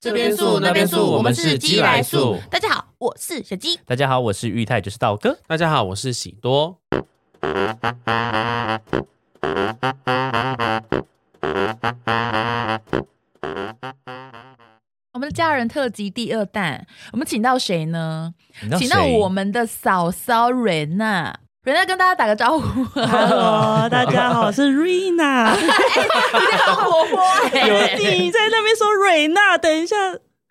这边素那边素，我们是鸡来素。大家好，我是小鸡。大家好，我是玉泰，就是道哥。大家好，我是喜多。我们的家人特辑第二弹，我们请到谁呢？你知道请到谁我们的嫂嫂瑞娜。瑞娜跟大家打个招呼， Hello，大家好，我是瑞娜。活泼 哎，你在那边说瑞娜，等一下，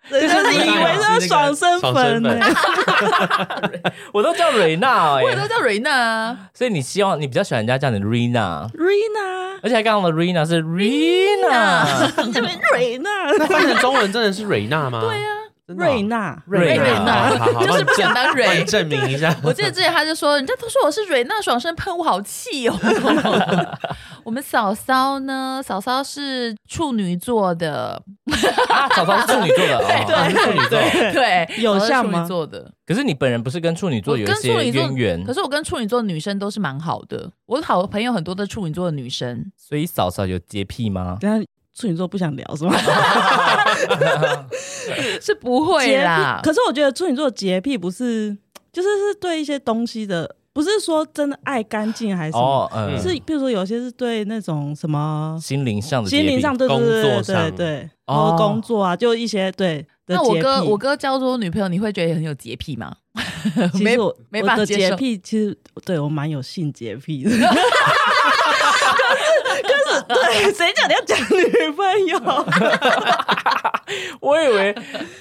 人家是以为是要爽身粉呢、我都叫瑞娜 哎、我也都叫瑞娜啊。所以你希望你比较喜欢人家叫你 Rina，瑞娜，而且还刚刚的 Rina 是 Rina，这边瑞娜，那翻成中文真的是蕊娜吗？对呀，真的哦，瑞娜，瑞瑞娜好好好，就是不想当帮你蕊。证明一下。我记得之前他就说，人家都说我是瑞娜爽身喷雾，好气哦。 我们嫂嫂呢？嫂嫂是处女座的， 啊，嫂嫂是处女 座的 哦，对啊是处女座。对，有嫂嫂是像处女吗座的。可是你本人不是跟处女座有一些我跟处女座渊源可，是我跟处女座的女生都是蛮好的，我好朋友很多都是处女座的女生。所以嫂嫂有洁癖吗？等一下处女座不想聊是吗？是不会啦洁癖。可是我觉得处女座洁癖不是，就是是对一些东西的，不是说真的爱干净还是什么，哦，嗯，是比如说有些是对那种什么。心灵上的洁癖，心灵上对对对工作对上对对，然哦后工作啊，就一些对的那我洁哥癖我哥交出女朋友，你会觉得很有洁癖吗？其没实我没我办法的接洁受癖，其实对我蛮有性洁 癖的。可是，可是，对，谁叫你要讲女朋友？ 我以为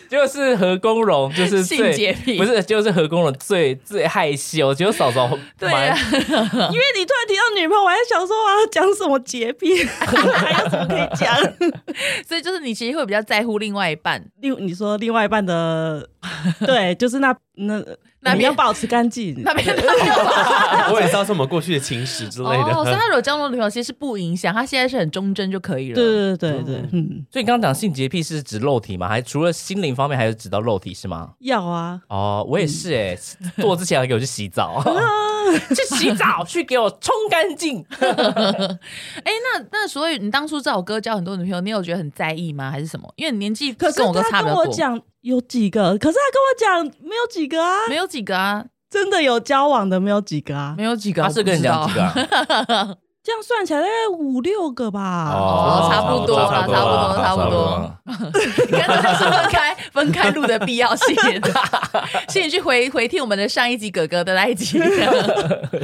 就是何公荣，就是最性洁癖不是就是何公荣最最害羞，结果嫂嫂对啊蛮因为你突然提到女朋友，我还想说我要讲什么洁癖， 还有什么可以讲？ 所以就是你其实会比较在乎另外一 半，另你说另外一半的，对，就是那那 那边你要保持干净。 那边他没有吧？ 我也知道是我们过去的情史之类 哦，所以的。他如果交了女朋友，其实是不影响，他现在是很忠贞就可以了。对对对对，嗯，所以你刚刚讲性洁癖是指肉体吗？还除了心灵方面，还有指到肉体是吗？要啊，哦，我也是嗯哎、做之前还给我去洗 啊澡， 去洗澡，去给我冲干净。哎，那那所以你当初知道我哥交很多女朋友，你有觉得很在意吗？还是什么？因为你年纪可是跟我哥他差比跟较我多，讲有几个，可是他跟我讲没有几个啊，没有几个啊，真的有交往的没有几个啊。没有几个啊。他是跟你讲我不几知个道 啊？这样算起来大概五六个吧。哦差不多啦差不多差不多。啊你看，这就是分开分开录的必要性。请你去回回听我们的上一集哥哥的那一集。哎、哎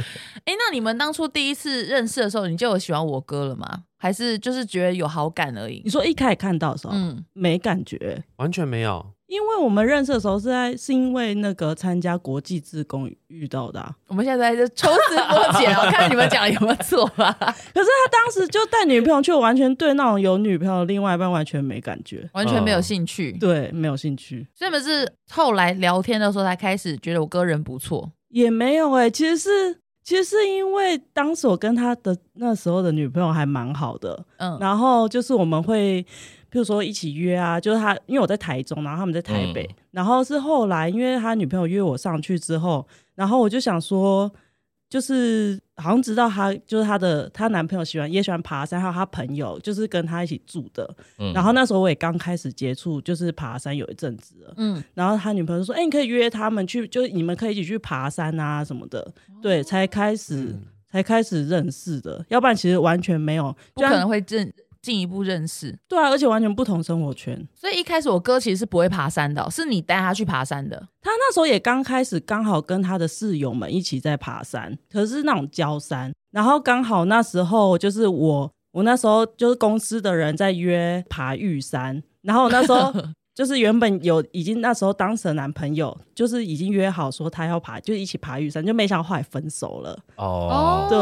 那你们当初第一次认识的时候，你就有喜欢我哥了吗？还是就是觉得有好感而已你？说一开始看到的时候、嗯，没感觉， 完全没有，因为我们认识的时候是在是因为那个参加国际志工遇到的啊、我们现在在这抽丝剥茧，啊我看你们讲有没有错啊吧？可是他当时就带女朋友去，我完全对那种有女朋友的另外一半完全没感觉，完全没有兴趣。对，没有兴趣，所以你们是后来聊天的时候才开始觉得我哥人不错。也没有哎、其实是。其实是因为当时我跟他的那时候的女朋友还蛮好的，嗯，然后就是我们会，譬如说一起约啊，就是他，因为我在台中，然后他们在台北，嗯然后是后来因为他女朋友约我上去之后，然后我就想说，就是好像知道他就是他的她男朋友喜欢也喜欢爬山，还有他朋友就是跟他一起住的，嗯然后那时候我也刚开始接触就是爬山有一阵子了，嗯，然后他女朋友就说：“哎、你可以约他们去，就是你们可以一起去爬山啊什么的。哦对，才开始、才开始认识的，要不然其实完全没有，不可就像能会认进一步认识。对啊，而且完全不同生活圈。所以一开始我哥其实是不会爬山的哦、是你带他去爬山的。他那时候也刚开始，刚好跟他的室友们一起在爬山，可是那种郊山。然后刚好那时候就是我，我那时候就是公司的人在约爬玉山，然后我那时候就是原本有已经那时候当时的男朋友就是已经约好说他要爬，就一起爬玉山，就没想到后来分手了。哦，对，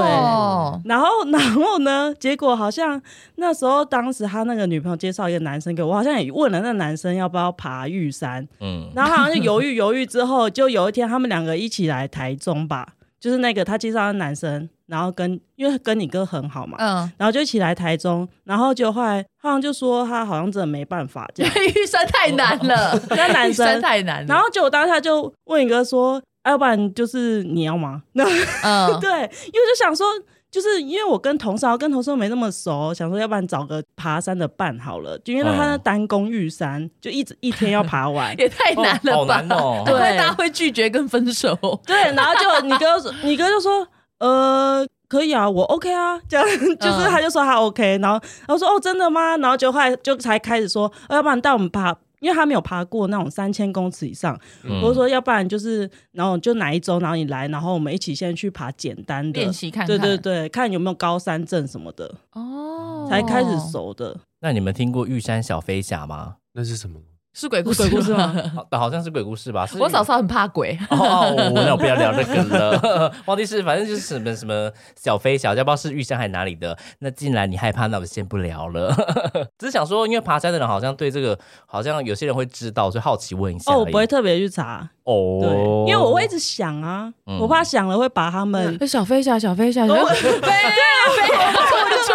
然后， 然后呢？结果好像那时候，当时他那个女朋友介绍一个男生给我，我好像也问了那个男生要不要爬玉山，嗯，然后他好像就犹豫犹豫之后，就有一天他们两个一起来台中吧，就是那个他介绍的男生，然后跟因为跟你哥很好嘛，嗯，然后就一起来台中，然后就后来他好像就说他好像真的没办法这因 样，为玉山太难了，那男玉山生，太难了。然后就我当下就啊问你哥说，要不然就是你要吗？那 嗯，。对，因为我就想说，就是因为我跟同事，我啊跟同事又没那么熟，想说要不然找个爬山的伴好了，就因为哦他那单攻玉山，就一直一天要爬完也太难哦了好吧？难哦难怪对哎大家会拒绝跟分手。对，然后就你哥就说，你哥就说，呃，可以啊，我 OK 啊，这样就是他就说他 OK，然后他说哦，真的吗？然后就后来就才开始说，呃要不然带我们爬，因为他没有爬过那种三千公尺以上，嗯我就说要不然就是，然后就哪一周，然后你来，然后我们一起先去爬简单的练。习看看，对对对，看有没有高山症什么的，哦，才开始熟的。那你们听过玉山小飞侠吗？那是什么？是鬼故是事鬼故事吗？ 好好像是鬼故事吧？是我嫂嫂很怕鬼，哦，哦那我不要聊这个了。 忘记是反正就是什么什么小飞侠，要不知道是玉山还哪里的。那既然你害怕，那我先不聊了。 只是想说，因为爬山的人好像对这个，好像有些人会知道，所以好奇问一下而已。哦，我不会特别去查，哦，对，因为我会一直想啊，嗯我怕想了会把他 们， 哎小飞侠，小飞侠，小我哦飞啊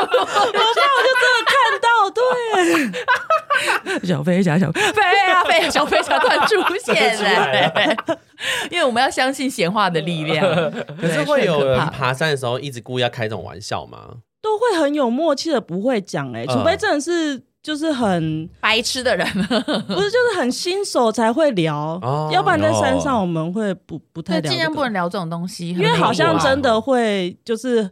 我侠对到对，小飞侠，小飞啊飞，小飞侠突然出现了，因为我们要相信显化的力量。可是会有人爬山的时候一直故意要开这种玩笑吗？都会很有默契的，不会讲哎、嗯除非真的是。就是 很白痴的人，不是，就是很新手才会聊，哦要不然在山上哦我们会不不太对，聊、尽量不能，聊这种东西，因为好像很真的会就是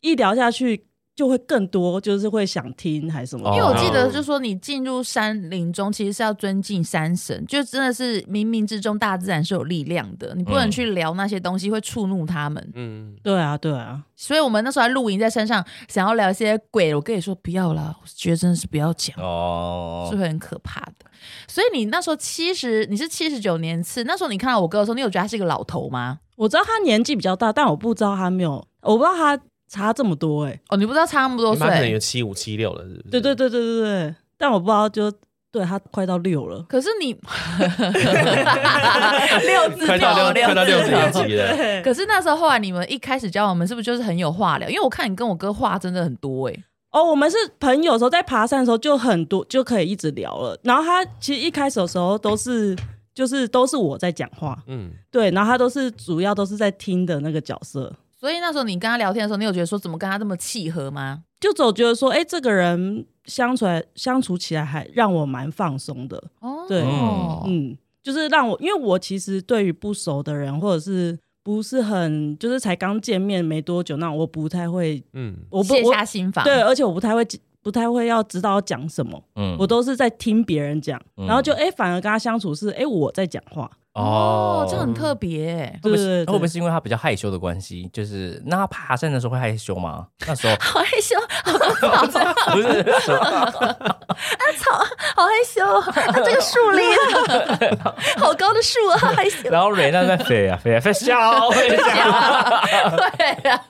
一聊下去就会更多，就是会想听还是什么的。因为我记得，哦就是说你进入山林中，其实是要尊敬山神，就真的是冥冥之中大自然是有力量的，你不能嗯去聊那些东西，会触怒他们。嗯，对啊，对啊，所以我们那时候在露营在山上，想要聊一些鬼，我跟你说不要啦，我觉得真的是不要讲，哦是，会很可怕的。所以你那时候七十，你是七十九年次，那时候你看到我哥的时候，你有觉得他是一个老头吗？我知道他年纪比较大，但我不知道他没有，我不知道他差这么多哎、哦，你不知道差那么多你妈可能岁有，七五七六了，是不是？对对对对对对，但我不知道就，对他快到六 了。可是你 六字 快到头六快到六字十头一级 了，对，可是那时候后来你们一开始交往，我们是不是就是很有话聊？因为我看你跟我哥话真的很多哎、哦，我们是朋友的时候，在爬山的时候就很多就可以一直聊了。然后他其实一开始的时候都是就是都是我在讲话，嗯，对，然后他都是主要都是在听的那个角色，所以那时候你跟他聊天的时候，你有觉得说怎么跟他这么契合吗？就总觉得说，哎、这个人相处来相处起来还让我蛮放松的，哦，对嗯，嗯，就是让我因为我其实对于不熟的人或者是。不是很，就是才刚见面没多久，那种我不太会，嗯，我不卸我下心防，对，，而且我不太会，不太会要知道要讲什么，嗯我都是在听别人讲，然后就嗯哎、诶反而跟他相处是哎、诶我在讲话，哦，这很特别、欸。会不会是对对对会不会是因为他比较害羞的关系？就是那他爬山的时候会害羞 吗？那时候好害羞，好好不是，好害 羞，啊，这个树林，好高的树啊，好害羞。然后瑞娜在飞啊飞啊飞笑飞笑， 对啊，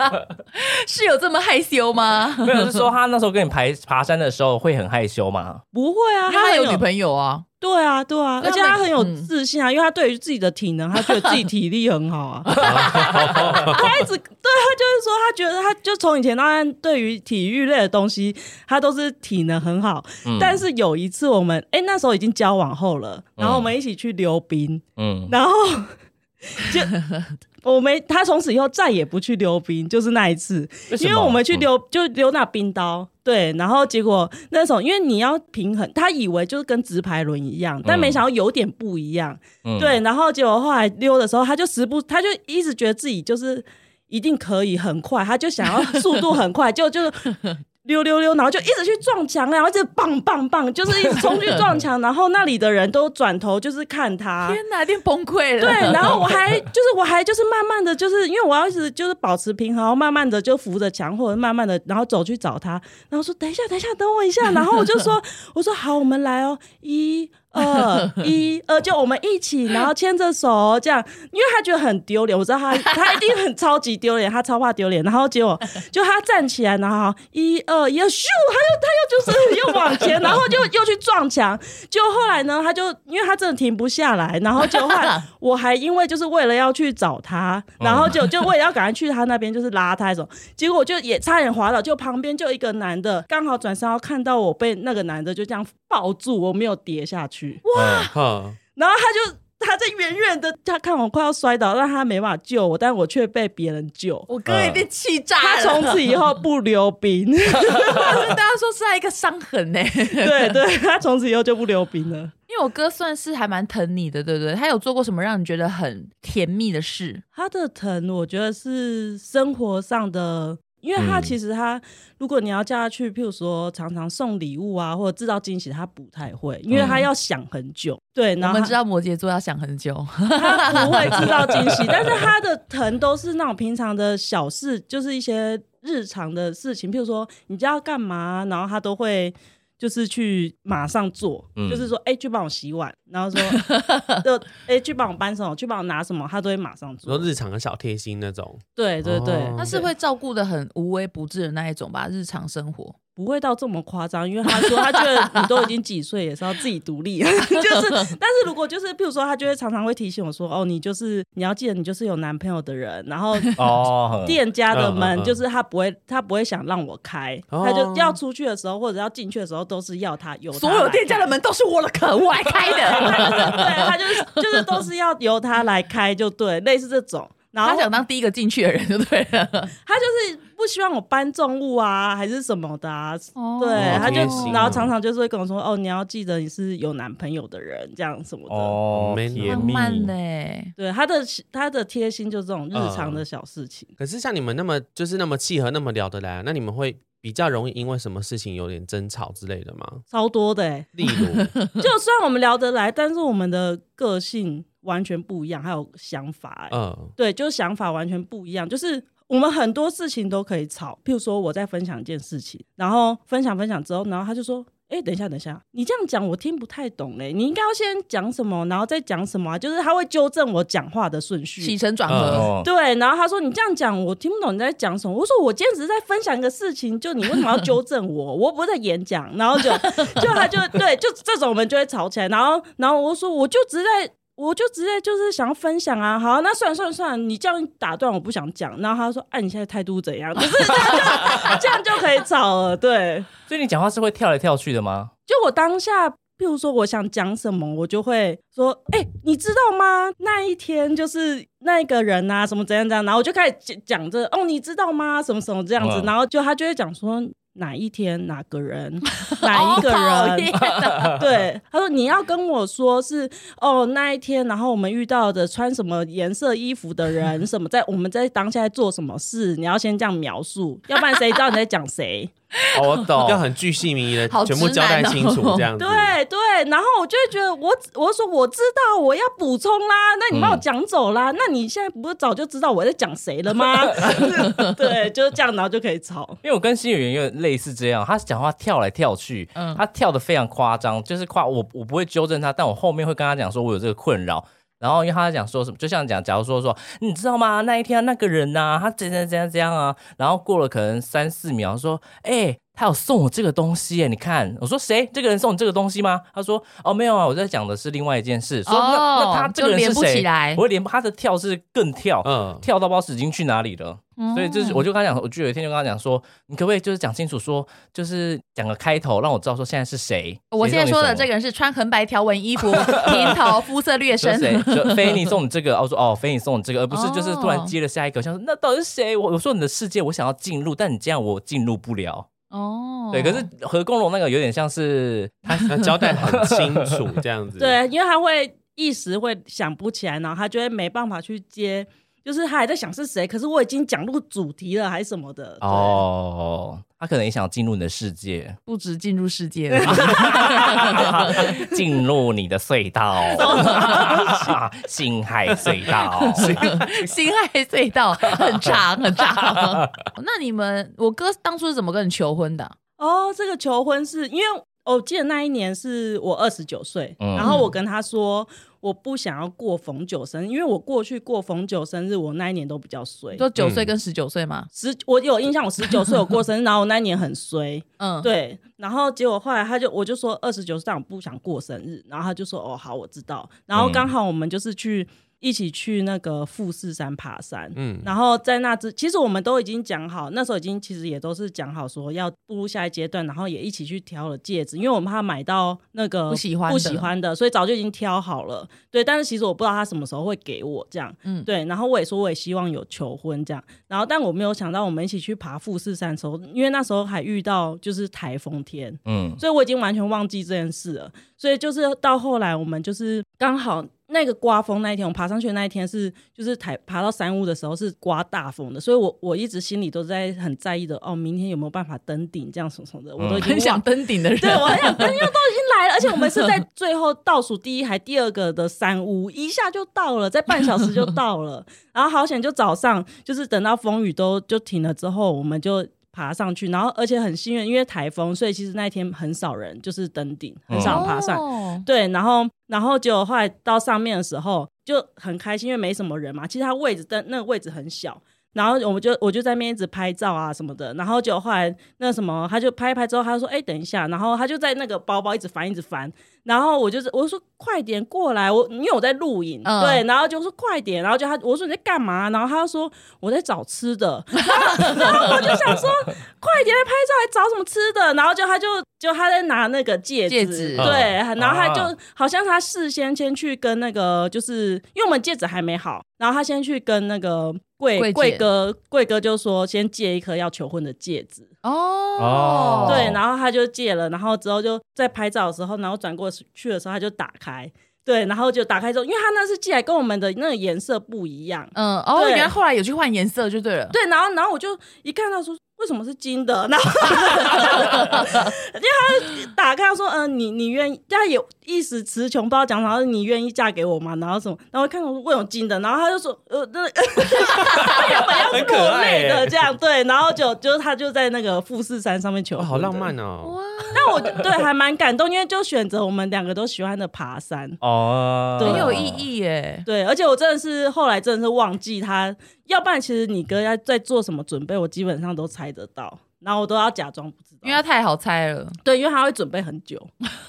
是有这么害羞吗？没有是说他那时候跟你爬爬山的时候会很害羞吗？不会啊，因为他很有女朋友啊，对啊对啊，对而且他他每很有嗯自信啊，因为他对于自己的体能，他觉得自己体力很好啊，他一直对他就是说，他觉得他就从以前到现在，对于体育类的东西，他都是体能很好，嗯但是有一次我们哎、诶那时候已经交往后了，然后我们一起去溜冰，嗯，然后就我没他从此以后再也不去溜冰，就是那一次，什因么嗯为我们去溜、就溜那冰刀，对，然后结果那种因为你要平衡，他以为就是跟直排轮一样，但没想到有点不一样，嗯对，然后结果后来溜的时候，他就时不他就一直觉得自己就是一定可以很快，他就想要速度很快， 就就。溜溜溜，然后就一直去撞墙，然后一直棒棒棒，就是一直冲去撞墙，然后那里的人都转头就是看他，天哪，一定崩溃了。对，然后我还就是我还就是慢慢的就是因为我要一直就是保持平衡，然后慢慢的就扶着墙或者慢慢的然后走去找他，然后说等一下等一下等我一下，然后我就说我说好我们来哦，一二一二就我们一起，然后牵着手这样，因为他觉得很丢脸，我知道他他一定很超级丢脸，他超怕丢脸，然后结果就他站起来，然后一二一二咻，他又他又就是又往前，然后就又去撞墙，就后来呢，他就因为他真的停不下来，然后就后来我还因为就是为了要去找他，然后就就为了要赶快去他那边就是拉他一种，结果我就也差点滑倒，就旁边就一个男的刚好转身要看到嗯我被那个男的就这样抱住，我没有跌下去，哈，然后他就他他在远远的，他看我快要摔倒，但他没办法救我，但我却被别人救。我哥一定气炸他了。从此以后不溜冰，但是大家说是他一个伤痕呢、欸对对，他从此以后就不溜冰了。 因为我哥算是还蛮疼你的，对不对？他有做过什么让你觉得很甜蜜的事？他的疼，我觉得是生活上的，因为他嗯其实他，如果你要叫他去，譬如说常常送礼物啊，或者制造惊喜，他不太会，因为他嗯要想很久。对，我然后们他知道摩羯座要想很 久，他不会制造惊 喜，但是他的疼都是那种平常的小事，就是一些日常的事情，譬如说你知道干嘛，然后他都会。就是去马上做，嗯就是说，哎、去帮我洗碗，然 后说，就哎、去帮我搬什么，去帮我拿什么，他都会马上说做。日常的小贴心那种，对对对，哦他是会照顾的很无微不至的那一种吧，日常生活。不会到这么夸张，因为他说他觉得你都已经几岁，也是要自己独立， 就是。但是如果就是，譬如说，他就会常常会提醒我说，哦，你就是你要记得你就是有男朋友的人，然 后哦，店家的嗯嗯门嗯就是他不会，他不会想让我开，哦他就要出去的时候或者要进去的时候都是要他由他所有来店家的门都是我的，可我来 开开，的。 对他就是就是都是要由他来开，就对，类似这种。然后他想当第一个进去的人，就对了。他就是不希望我搬重物啊，还是什么的啊。哦 对，他就贴心哦然后常常就是会跟我说，哦，你要记得你是有男朋友的人，这样什么的。哦，没甜浪蜜，漫欸呢、对，他的他的贴心就是这种日常嗯的小事情。可是像你们那么就是那么契合，那么聊得来啊，那你们会比较容易因为什么事情有点争吵之类的吗？，超多的、 欸例 如，就算我们聊得来，但是我们的个性完全不一样，还有想法、欸，嗯，对，就是想法完全不一样，就是。我们很多事情都可以吵，譬如说我在分享一件事情，然后分享分享之后，然后他就说：“哎、等一下，等一下，你这样讲我听不太懂嘞，你应该要先讲什么，然后再讲什么、啊，就是他会纠正我讲话的顺序。”起承转合，哦，对，然后他说你这样讲，我听不懂你在讲什么。我说我今天只是在分享一个事情，就你为什么要纠正我？ 我又不是在演讲，然后就 就他就对，就这种我们就会吵起来。然后然后我说我就只是在。我就直接就是想要分享啊，好，那算了算了算了，你这样打断我不想讲。然后他说：“哎、你现在态度怎样？”就是这样就 这样就可以吵了。对，所以你讲话是会跳来跳去的吗？就我当下，譬如说我想讲什么，我就会说：“哎、你知道吗？那一天就是那个人啊，什么怎样怎样。”然后我就开始讲讲这哦，你知道吗？什么什么这样子，嗯然后就他就会讲说。哪一天哪个人 哪一个哦讨人厌啊 对，他说你要跟我说是哦那一天，然后我们遇到的穿什么颜色衣服的 人，什么在我们在当下在做什么事，你要先这样描述，要不然谁知道你在讲谁？哦，我懂，要很巨细靡遗的好全部交代清楚直男哦这样子。对对，然后我就会觉得我我说我知道我要补充啦，那你帮我嗯讲走啦，那你现在不是早就知道我在讲谁 了吗？对，就是这样，然后就可以吵。因为我跟新演员有点类似这样，他讲话跳来跳去，嗯他跳的非常夸张，就是夸我我不会纠正他，但我后面会跟他讲说我有这个困扰。然后因为他在讲说什么，就像讲，假如说说你知道吗？那一天、那个人呐、他怎样怎样怎样啊，然后过了可能三四秒，说，哎、他有送我这个东西耶，你看，我说谁？这个人送你这个东西吗？他说，哦，没有啊，我在讲的是另外一件事。说、那那他这个人是哦就连不谁？起来我会连他的跳是更跳，嗯，跳到不知道已经去哪里了。所以就是，我就就跟他讲，我就有一天就跟他讲说，你可不可以就是讲清楚说，就是讲个开头，让我知道说现在是谁。哦我现在说的这个个人是穿横白条纹衣 服、平头、肤色略深是。谁？就菲尼送你这个，哦我说哦，菲尼送你这个，而不是哦就是突然接了下一个，像是那到底是谁？我我说你的世界我想要进入，但你这样我进入不了。哦对，可是何公龙那个有点像是他他交代很清 楚这样子。对，因为他会一时会想不起来，然后他就会没办法去接，就是他还在想是谁，可是我已经讲入主题了，还是什么的。对，哦，他可能也想进入你的世界， 不止进入世 界了。进入你的隧 道， 星海隧 道。辛亥隧道很长很 长。那你们，我哥当初是怎么跟你求婚的啊？哦，这个求婚是因为我记得那一年是我二十九岁，嗯然后我跟他说我不想要过逢九生日，因为我过去过逢九生日，我那一年都比较衰你。说九岁跟十九岁吗？十，我有印象，我十九岁有过生日，然后我那一年很衰，嗯，对，然后结果后来他就我就说二十九岁，但我不想过生日，然后他就说哦好，我知道，然后刚好我们就是去。一起去那个富士山爬山。嗯，然后在那之，其实我们都已经讲好，那时候已经其实也都是讲好说要步入下一阶段，然后也一起去挑了戒指，因为我们怕买到那个不喜欢的不喜欢的，所以早就已经挑好了。对，但是其实我不知道他什么时候会给我这样，嗯嗯，对。然后我也说我也希望有求婚这样，然后但我没有想到我们一起去爬富士山的时候，因为那时候还遇到就是台风天，嗯，所以我已经完全忘记这件事了。所以就是到后来，我们就是刚好那个刮风那一天，我们爬上去的那一天是就是台爬到山屋的时候是刮大风的，所以我我一直心里都在很在意的哦，明天有没有办法登顶这样什么什么的，我都已经很想忘。登顶的人，对，我很想登，因为都已经来了，而且我们是在 最后倒数第一还第二个的山屋，一下就到了，在半小时就到了。 然后好险，就早上就是等到风雨都就停了之后，我们就爬上去。然后而且很幸运，因为台风，所以其实那一天很少人就是登顶，很少人爬山。哦对，然后然后结果后来到上面的时候就很开心，因为没什么人嘛。其实它位置但那个位置很小，然后我们就我就在那边一直拍照啊什么的。然后结果后来那什么，他就拍一拍之后，他就说：“哎、等一下。”然后他就在那个包包一直翻一直翻。然后我就是我就说：“快点过来！”我因为我在录影，嗯对，然后就说：“快点！”然后就他我说：“你在干嘛？”啊然后他就说：“我在找吃的。” 我就想说，快点来拍照，还找什么吃的？然后就他就就他在拿那个戒指，戒指对，嗯然后他啊就好像他事先先去跟那个，就是因为我们戒指还没好，然后他先去跟那个贵姐贵贵哥，贵哥就说先借一颗要求婚的戒指，哦哦，对，然后他就借了，然后之后就在拍照的时候，然后转过去的时候他就打开，对，然后就打开之后，因为他那是借来跟我们的那个颜色不一样，嗯，哦，对原来后来有去换颜色就对了，对，然后然后我就一看到说为什么是金的，然后 因为他打开他说，嗯、你你愿意，他也一时词穷，不知道讲啥，然后你愿意嫁给我吗？然后什么，然后我看到我说为什么金的，然后他就说，呃，那很可落爱泪的欸耶，这样，对，然后就就是他就在那个富士山上面求哇，婚、好浪。漫哦。但我就对还蛮感动，因为就选择我们两个都喜欢的爬山。哦，对很有意。义耶。对，而且我真的是后来真的是忘记他，要不然其实你哥要在做什么准备，我基本上都猜得到，然后我都要假装不知道，因为它太好猜了，对，因为他会准备很久，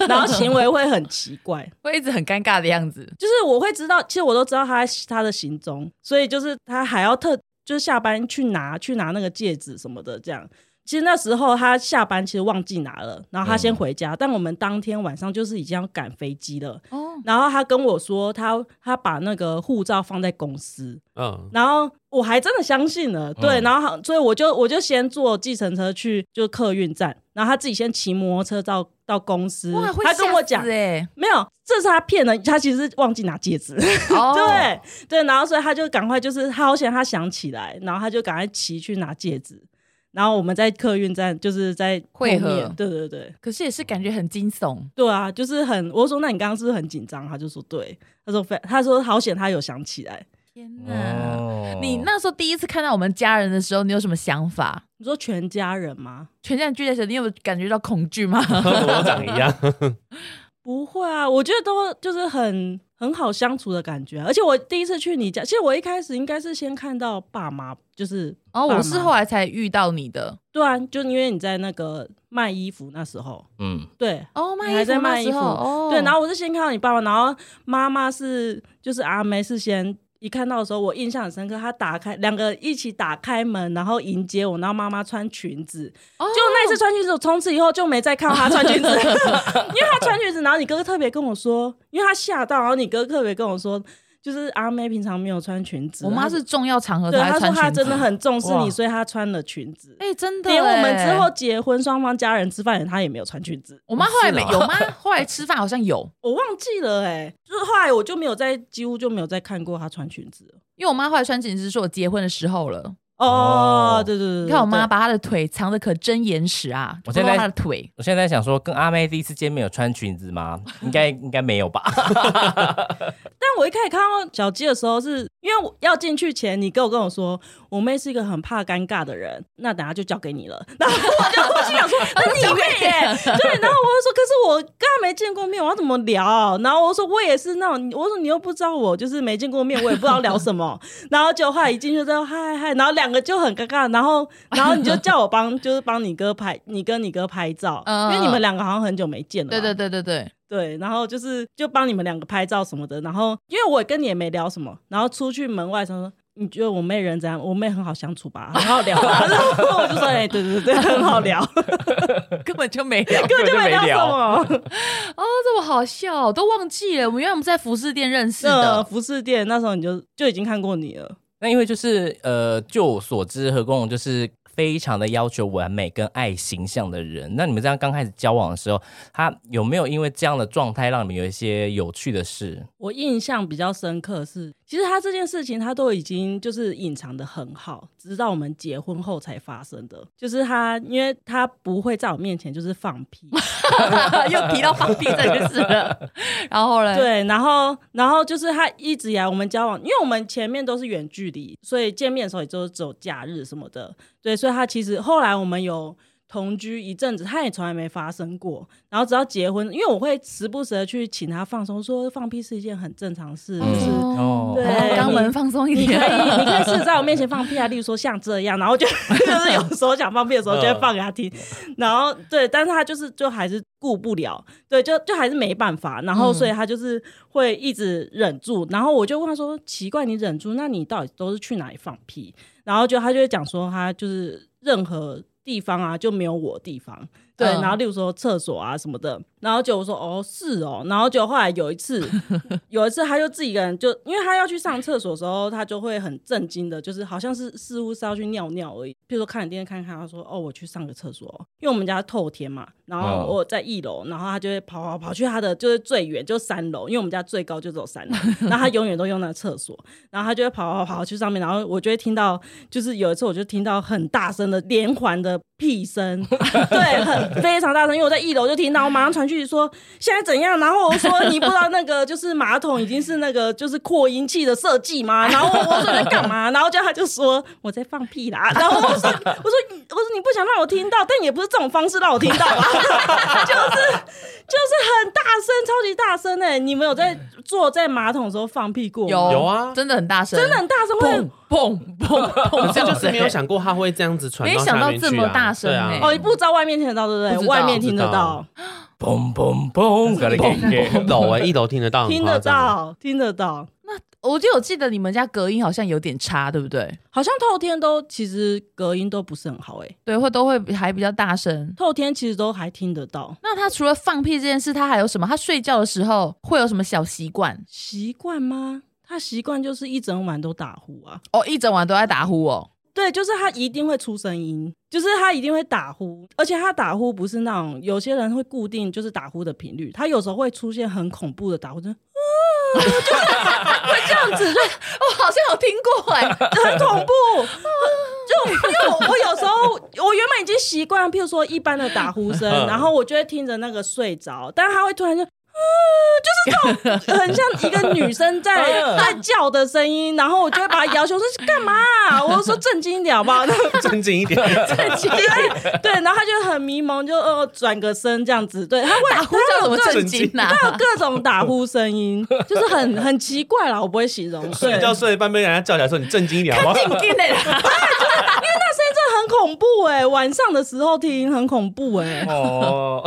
然后行为会很奇怪， 会一直很尴尬的样子。就是我会知道，其实我都知道他在他的行踪，所以就是他还要特就是下班去拿去拿那个戒指什么的这样。其实那时候他下班其实忘记拿了，然后他先回家，但我们当天晚上就是已经要赶飞机了。哦，然后他跟我说他他把那个护照放在公司，嗯，然后我还真的相信了，对，然后好所以我就我就先坐计程车去就客运站，然后他自己先骑摩托车到到公司哇，，会他跟我吓死欸讲 耶，没有，这是他骗人，他其实是忘记拿戒指，哦，对对，然后所以他就赶快就是他好险他想起来，然后他就赶快骑去拿戒指，然后我们在客运站就是在后会面合对对对可是也是感觉很惊悚，对啊，就是很我说那你刚刚是不是很紧张？他就说对，他说非他说好险他有想起来，天哪！哦你那时候第一次看到我们家人的时候，你有什么想法？你说全家人吗？全家人聚在一起，你有没有感觉到恐惧 吗？和我长一样， 不会啊，我觉得都就是很很好相处的感觉啊、而且我第一次去你家，其实我一开始应该是先看到爸妈，就是哦，爸我妈是后来才遇到你的。对啊，就因为你在那个卖衣服那时候，嗯，对。哦，你卖衣还服在那卖衣时服候，哦，对，然后我是先看到你爸爸，然后妈妈是就是阿梅是先一看到的时候，我印象很深刻，她打开两个一起打开门，然后迎接我，然后妈妈穿裙子，哦就那一次穿裙子，我从此以后就没再看到她穿裙子，因 为她穿裙子，然后你哥哥特别跟我说，因为她吓到，然后你哥哥特别跟我说，就是阿妹平常没有穿裙子，我妈是重要场合对才她会说穿裙子，她真的很重视哇你，所以她穿了裙子。哎，真的耶。连我们之后结婚，双方家人吃饭，她也没有穿裙子。我妈后来没是哦有吗？后来吃饭好像有，我忘记了哎、就是后来我就没有再几乎就没有再看过她穿裙子了。因为我妈后来穿裙子是我结婚的时候了。哦，哦对对对对，你看我妈对，把她的腿藏得可真严实啊，不我现露在她的腿。我现在在想说，跟阿妹第一次见面有穿裙子吗？应该应该没有吧？但我一开始看到小鸡的时候是，因为我要进去前，你跟我跟我说，我妹是一个很怕尴尬的人，那等下就交给你 了。然后我就我心想说，那你妹耶、对，然后我就说，可是我刚刚没见过面，我要怎么聊？然后我说我也是那种，我说你又不知道我就是没见过面，我也不知道聊什么。 然后就后来一进去之后，嗨嗨，然后两个就很尴尬，然后 然后你就叫我帮，就是帮你哥拍，你跟你哥拍照，嗯因为你们两个好像很久没见了 嘛。对对对对对，对，然后就是就帮你们两个拍照什么的，然后因为我跟你也没聊什么，然后出去门外他说。你觉得我妹人怎样？我妹很好相处吧，很好聊吧。 然后我就说，哎、对对对，很好聊， 根本就没聊。 根 本就没聊什么。 哦，这么好笑，都忘记了。我们原来我们在服饰店认识那的，服饰店那时候你就就已经看过你了，那因为就是呃，就我所知，何公勇就是非常的要求完美跟爱形象的人。那你们这样刚开始交往的时候，他有没有因为这样的状态让你们有一些有趣的事？我印象比较深刻是，其实他这件事情他都已经就是隐藏的很好，直到我们结婚后才发生的。就是他，因为他不会在我面前就是放屁， 又提到放屁这件事 了。然后嘞，嗯对，然后然后就是他一直以来我们交往，因为我们前面都是远距离，所以见面的时候也就是只有假日什么的，对，所以他其实后来我们有。同居一阵子，他也从来没发生过。然后直到结婚，因为我会时不时的去请他放松，说放屁是一件很正常的事，嗯就是嗯哦对哦肛门放松一你可以，点。 你可以试着在我面前放屁啊，例如说像这样，然后就 就是有时候想放屁的时候就会放给他听，然后对，但是他就是就还是顾不了，对，就就还是没办法，然后嗯所以他就是会一直忍住，然后我就问他说，奇怪，你忍住，那你到底都是去哪里放屁？然后就他就会讲说，他就是任何地方啊就没有我地方，对，嗯然后例如说厕所啊什么的，然后就我说哦是哦，然后就后来有一次，有一次他就自己一个人就，因为他要去上厕所的时候，他就会很震惊的，就是好像是似乎是要去尿尿而已。譬如说看电视看一看，他说哦我去上个厕所哦，因为我们家透天嘛，然后嗯我在一楼，然后他就会跑跑跑去他的就是最远就三楼，因为我们家最高就只有三楼，然后他永远都用那个厕所，然后他就会跑跑跑去上面，然后我就会听到，就是有一次我就听到很大声的连环的屁声，对，很非常大声，因为我在一楼就听到，我马上传去说现在怎样，然后我说你不知道那个就是马桶已经是那个就是扩音器的设计 吗？然后我我说你在干嘛？然后就他就说我在放屁啦，然后我说我说你我说你不想让我听到，但也不是这种方式让我听到吧， 就是。就是很大声，超级大声哎、你们有在坐在马桶的时候放屁过吗？有啊真的很大声，真的很大声，砰会砰 砰砰，这样就是子没有想过他会这样子传没到想下到面这去么啊大声对啊欸哦，你不知道外面听得到，对不不知对？道外面听得到，嘣嘣 嘣，嘎啦嘎一啦楼哎，一楼听得到，很听夸得张。到，听得到。我就有记得你们家隔音好像有点差，对不对？好像透天都其实隔音都不是很好诶、对，会都会还比较大声。透天其实都还听得到。那他除了放屁这件事，他还有什么？他睡觉的时候会有什么小习惯？习惯吗？他习惯就是一整晚都打呼啊。哦，一整晚都在打呼哦。对，就是他一定会出声音，就是他一定会打呼，而且他打呼不是那种有些人会固定就是打呼的频率，他有时候会出现很恐怖的打呼，就是这样 子就，我哦好像有听过哎、 很恐怖。 就因为我我有时候我原本已经习惯，譬如说一般的打呼声，嗯然后我就会听着那个睡着，但他会突然就。啊， 就是这种很像一个女生在嗯在叫的声音，然后我就会把她要求说是干嘛啊、我就说震惊一点好不 好？ 正经一点，对，然后他就很迷蒙，就呃转个身这样子。对，他会打呼叫什么震惊啊呐、他有各种打呼声音，就是很很奇怪啦，我不会形容。对睡觉睡一半被人家叫起来说你正经一点好不 好？进来啦！很恐怖哎、晚上的时候听很恐怖哎、哦，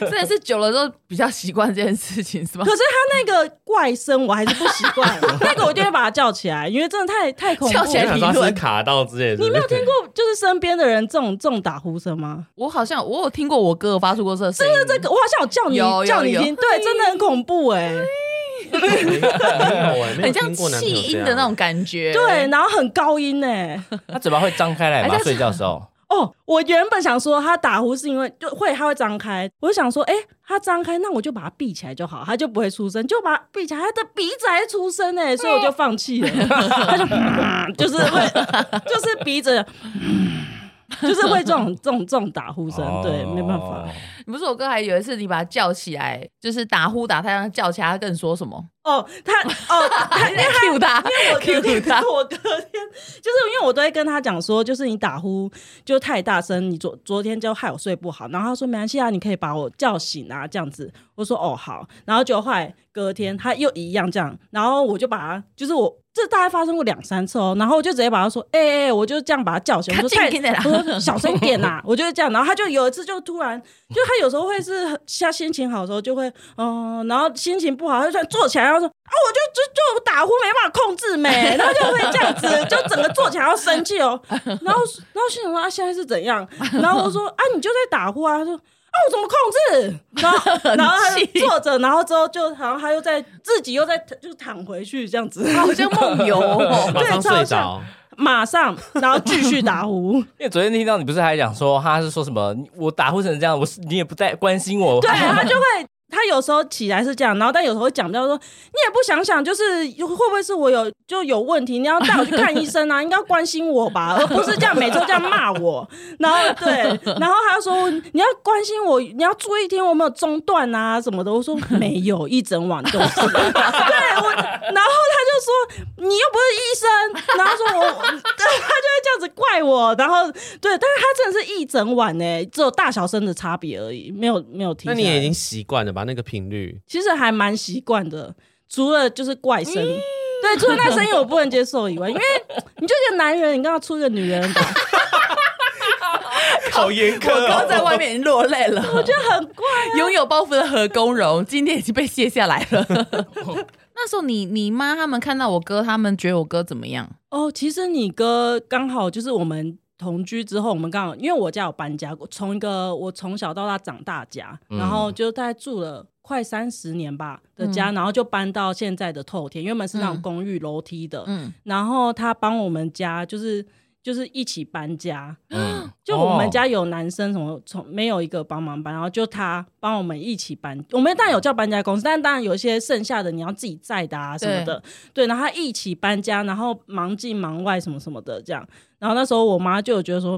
真的是久了之后比较习惯这件事情，是吗可？是他那个怪声我还是不习 惯，那个我一定会把他叫起来，因为真的太太恐怖叫了。起我来想说他是卡到之类的，你没有听过？就是身边的人这种这种打呼声吗？我好像我有听过我哥有发出过这个声音，这个我好像有叫你有有叫你有听，对，真的很恐怖哎、 没有哎，没有很像听过男朋气友这音样的那种感觉。对，，然后很高音哎、他嘴巴会张开来哎吗？他睡觉的时 候，哦，我原本想说他打呼是因为就会他会张开，我就想说，哎、他张开，那我就把它闭起来就好，他就不会出声，就把它闭起来，他的鼻子还出声哎、所以我就放弃了， 他就、嗯、就是会就是鼻子。嗯就是会这种这种这种打呼声，对，没办法。哦你不是我哥还有一次你把他叫起来，就是打呼打他，让他叫起来，他更说什么？哦，他哦，他还在 Q 他我隔，Q 天他，，我隔天就是因为我都会跟他讲说，就是你打呼就太大声，你昨昨天就害我睡不好。然后他说没关系啊，你可以把我叫醒啊，这样子。我说哦好。然后就后来隔天他又一样这样，然后我就把他，就是我这大概发生过两三次哦，然后我就直接把他说，哎、哎、哎我就这样把他叫醒，我说赶太紧给你啦我说小声一点 啦，我就是这样，然后他就有一次就突然，就他有时候会是他心情好的时候就会，嗯、然后心情不好他就突然坐起来，然后说啊，我就就就打呼没办法控 制没，然后就会这样子，就整个坐起来要生气哦，然后然后心想说啊，现在是怎样？然后我说啊，你就在打呼啊，他说。啊！我怎么控制？然后，然后他就坐着，然后之后就，然后他又在自己又在就躺回去这样子，好像梦游哦。 马上对超睡着像。马上，然后继续打呼。因为昨天听到你不是还讲说他是说什么你我打呼成这样，我是你也不在关心我，对他就会，他有时候起来是这样，然后但有时候会讲到说，你也不想想，就是会不会是我有就有问题？你要带我去看医生啊，应该 要关心我吧，而不是这样每周这样骂我。 然后对，然后他说你要关心我，你要注意听我有没有中断啊什么的。我说没 有，一整晚都是。对我，然后他就说你又不是医生，然后说我，对他就会这样子怪我。然后对，但是他真的是一整晚呢、只有大小声的差别而已，没有没有停那下来。你也已经习惯了吧？那个频率，其实还蛮习惯的，除了就是怪声，对，除了那声音我不能接受以外，因为你就一个男人，你刚刚出一个女人吧，好严苛我 刚在外面已经落泪了，我觉就很怪。得啊拥有包袱的何公荣今天已经被卸下来 了。那时候你你妈他们看到我哥，他们觉得我哥怎么样？哦，其实你哥刚好就是我们。同居之后，我们刚好因为我家有搬家，从一个我从小到大长大家，然后就大概住了快三十年吧的家，然后就搬到现在的透天，原本是那种嗯公寓楼梯的，嗯，然后他帮我们家就是就是一起搬家， 嗯，就我们哦家有男生什么从没有一个帮忙搬，然后就他帮我们一起搬。我们当然有叫搬家公司，但当然有一些剩下的你要自己载的啊什么的，对，然后他一起搬家，然后忙进忙外什么什么的这样。然后那时候我妈就有觉得说，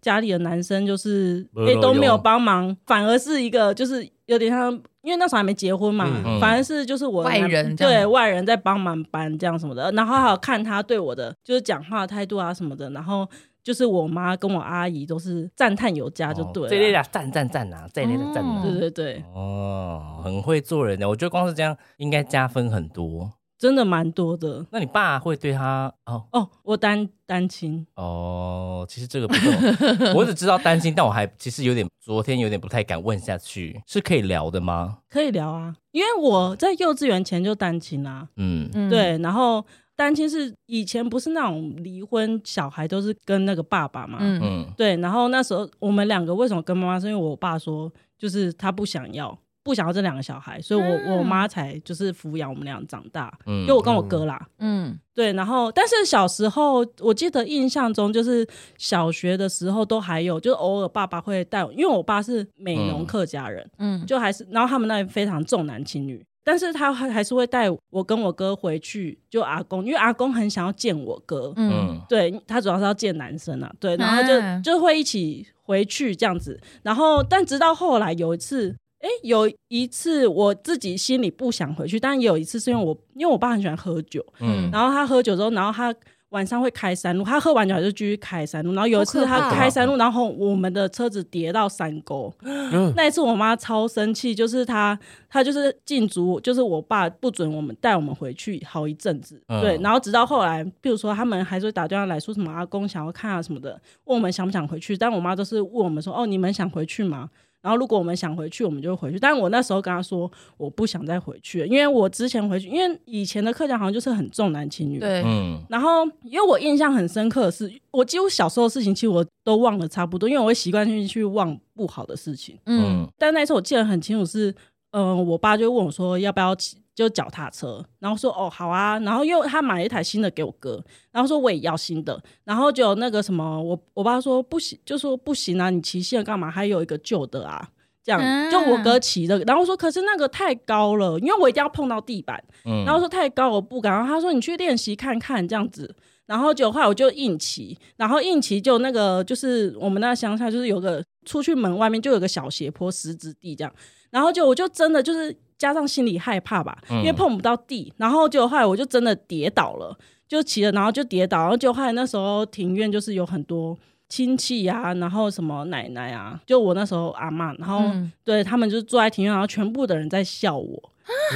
家里的男生就是没诶有都没有用帮忙，反而是一个就是有点像，因为那时候还没结婚嘛，嗯嗯反而是就是我的外男人这样对外人在帮忙搬这样什么的，然后还有看他对我的就是讲话态度啊什么的，然后就是我妈跟我阿姨都是赞叹有加啊就对哦这一类了，嗯的赞赞赞啊，这一类的赞哦啊对对对，哦，很会做人的，我觉得光是这样应该加分很多。真的蛮多的那你爸会对他哦哦。我单单亲，哦，其实这个不 懂，我只知道担心，但我还其实有点昨天有点不太敢问下去，是可以聊的吗？可以聊啊，因为我在幼稚园前就单亲啦、嗯，嗯，对，然后单亲是以前不是那种离婚小孩都是跟那个爸爸嘛，嗯，嗯，对，然后那时候我们两个为什么跟妈妈？是因为我爸说，就是他不想要，不想要这两个小孩，所以我、我妈才就是抚养我们俩长大，嗯就我跟我哥啦。嗯对，然后但是小时候，我记得印象中就是小学的时候都还有，就是偶尔爸爸会带我，因为我爸是美嗯浓客家人，嗯，就还是，然后他们那里非常重男轻女，但是他还还是会带我跟我哥回去，就阿公，因为阿公很想要见我哥，嗯嗯对他主要是要见男生啊，对，然后就、啊就会一起回去这样子，然后但直到后来有一次，哎，有一次我自己心里不想回去，但也有一次是因为我因为我爸很喜欢喝酒，嗯然后他喝酒之后，然后他。晚上会开山路，他喝完酒还就继续开山路。然后有一好次可怕他哦开山路，然后我们的车子跌到山沟。嗯那一次我妈超生气，就是她她就是禁足我，就是我爸不准我们带我们回去好一阵子。嗯对，然后直到后来，比如说他们还是会打电话来说什么阿公想要看啊什么的，问我们想不想回去。但我妈都是问我们说哦，你们想回去吗？然后如果我们想回去，我们就回去。但我那时候跟她说，我不想再回去了，因为我之前回去，因为以前的客家好像就是很重男轻女。。对，嗯然后，因为我印象很深刻的是，我几乎小时候的事情，其实我都忘了差不多，因为我会习惯性去忘不好的事情。嗯嗯但那一次我记得很清楚是，嗯、我爸就问我说要不要骑就脚踏车，然后说哦好啊，然后又他买了一台新的给我哥，然后说我也要新的，然后就有那个什么，我我爸说不行，就说不行啊，你骑新的干嘛？还有一个旧的啊。这啊样，就我哥骑的，然后说可是那个太高了，因为我一定要碰到地板，嗯然后说太高我不敢，然后他说你去练习看看这样子，然后就后来我就硬骑，然后硬骑就那个就是我们那乡下就是有个出去门外面就有个小斜坡石子地这样，然后就我就真的就是加上心里害怕吧，因为嗯碰不到地，然后就后来我就真的跌倒了，就骑了然后就跌倒，然后就后来那时候庭院就是有很多。亲戚啊，然后什么奶奶啊，就我那时候阿嬷，然后、嗯对他们就坐在庭院，然后全部的人在笑我，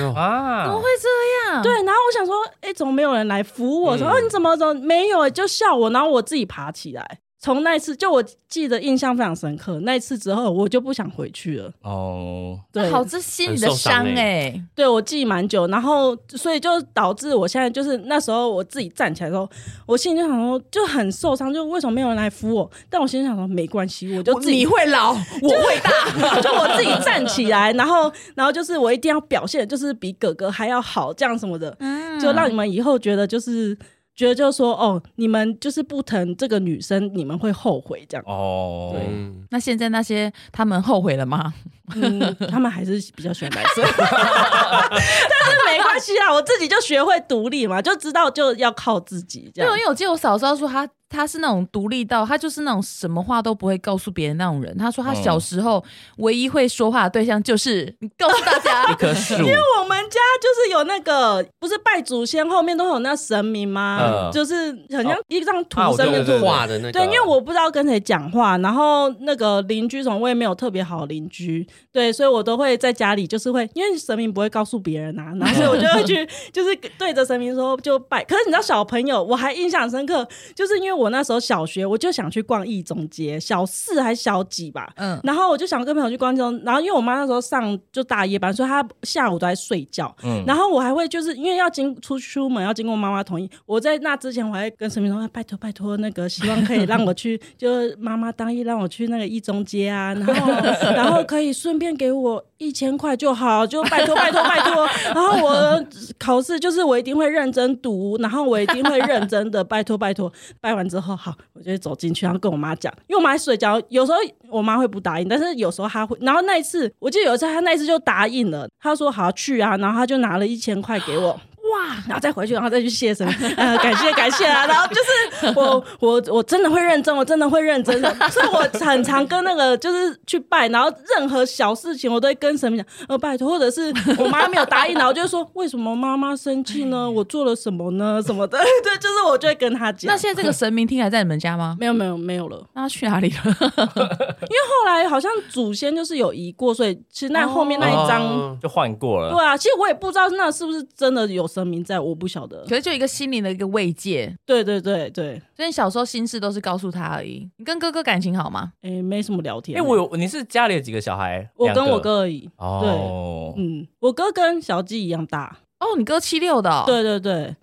哦啊怎么会这样？对，，然后我想说，哎、怎么没有人来扶我？说，嗯哦、你怎么怎么没有、就笑我，然后我自己爬起来。从那一次，就我记得印象非常深刻。那一次之后，我就不想回去了。哦，对，好，这心里的伤很受伤哎，对我记蛮久，然后所以就导致我现在就是那时候我自己站起来的时候，我心里就想说就很受伤，就为什么没有人来扶我？但我心里想说没关系，我就自己你会老，我 会大，就我自己站起来，然后然后就是我一定要表现，就是比哥哥还要好，这样什么的，嗯就让你们以后觉得就是觉得就是说哦，你们就是不疼这个女生，你们会后悔这样。哦，嗯，那现在那些他们后悔了吗？嗯，他们还是比较喜欢白 色，但是没关系啊，我自己就学会独立嘛，就知道就要靠自己这对，样因。为我记得我嫂嫂说她她是那种独立到她就是那种什么话都不会告诉别人那种人。她说她小时候唯一会说话的对象就是你告诉大 家，一棵 树，我们家就是有那个，不是拜祖先后面都有那神明吗？嗯就是很像一张图哦啊我上对面对做对画的那个，对，因为我不知道跟谁讲话，然后那个邻居什么我也没有特别好的邻居，对，所以我都会在家里就是会，因为神明不会告诉别人啊，然后所以我就 会去就是对着神明说就拜。可是你知道小朋友，我还印象深刻，就是因为我那时候小学我就想去逛义中街，小四还小几吧，嗯，然后我就想跟朋友去逛街，然后因为我妈那时候上就大夜班，所以她下午都在睡觉。嗯然后我还会就是因为要经出出门要经过妈妈同意，我在那之前我还跟神明说，哎拜托拜托，那个希望可以让我去，就是妈妈答应让我去那个一中街啊，然后然后可以顺便给我一千块就好，就拜托拜托拜托。然后我考试就是我一定会认真读，然后我一定会认真的，拜托拜托。 拜完之后，好，我就会走进去，然后跟我妈讲，因为我妈还睡觉，有时候我妈会不答应，但是有时候她会。然后那一次，我记得有一次她那一次就答应了，她说好去啊，然后她就拿了一千块给我。哇，然后再回去，然后再去谢神，呃，感谢感谢啊，然后就是我我我真的会认真，我真的会认真的，所以我很常跟那个就是去拜，然后任何小事情我都会跟神明讲，呃，拜托，或者是我妈没有答应，然后我就会说为什么妈妈生气呢？我做了什么呢？什么的， 对，就是我就会跟她讲那。现在这个神明厅还在你们家吗？没有没有没有了，那他去哪里了？后来好像祖先就是有移过，所以其实那后面那一张，哦就换过了，对啊，其实我也不知道那是不是真的有神明在，我不晓得。可是就一个心灵的一个慰藉。对对对对，所以你小时候心事都是告诉他而已。你跟哥哥感情好吗？哎、没什么聊天。哎，我有，你是家里有几个小孩？我两个跟我，哥而已，哦，嗯，我哥跟小纪一样大，哦，你哥七六的、哦，，对对对，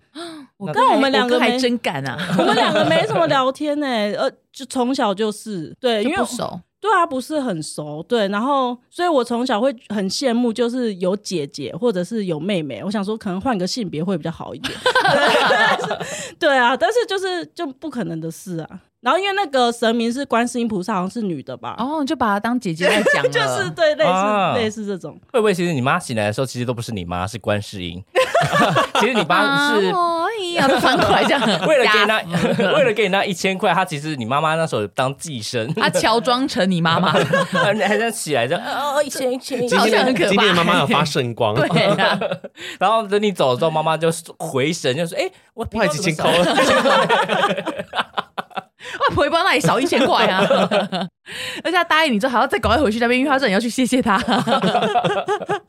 我那哥我们两个我哥还没真敢啊， 我们两个没什么聊天呢、呃，就从小就是对，因就为不熟。对啊，不是很熟，对，然后所以我从小会很羡慕，就是有姐姐或者是有妹妹，我想说可能换个性别会比较好一点， 对啊，但是就是就不可能的事啊。然后因为那个神明是观世音菩萨，好像是女的吧，哦，你就把他当姐姐在讲了， 就是对类似、啊类似这种，会不会其实你妈醒来的时候，其实都不是你妈，是观世 音？其实你妈啊，是，哦哎呀，都翻过来这 样为了给你 嗯那，为了给你那一千块，她其实你妈妈那时候当寄 生，他乔装成你 妈妈，还想起来这样，哦，一千一千，一这千今好像很天可怕今天妈妈有发圣光，对啊，然后等你走了之后，妈妈就回神，就说：“哎、我我已经抠了，外婆也不知道那里少一千块啊， 而且他答应你之后还要再赶快回去那边，因为他说你要去谢谢他。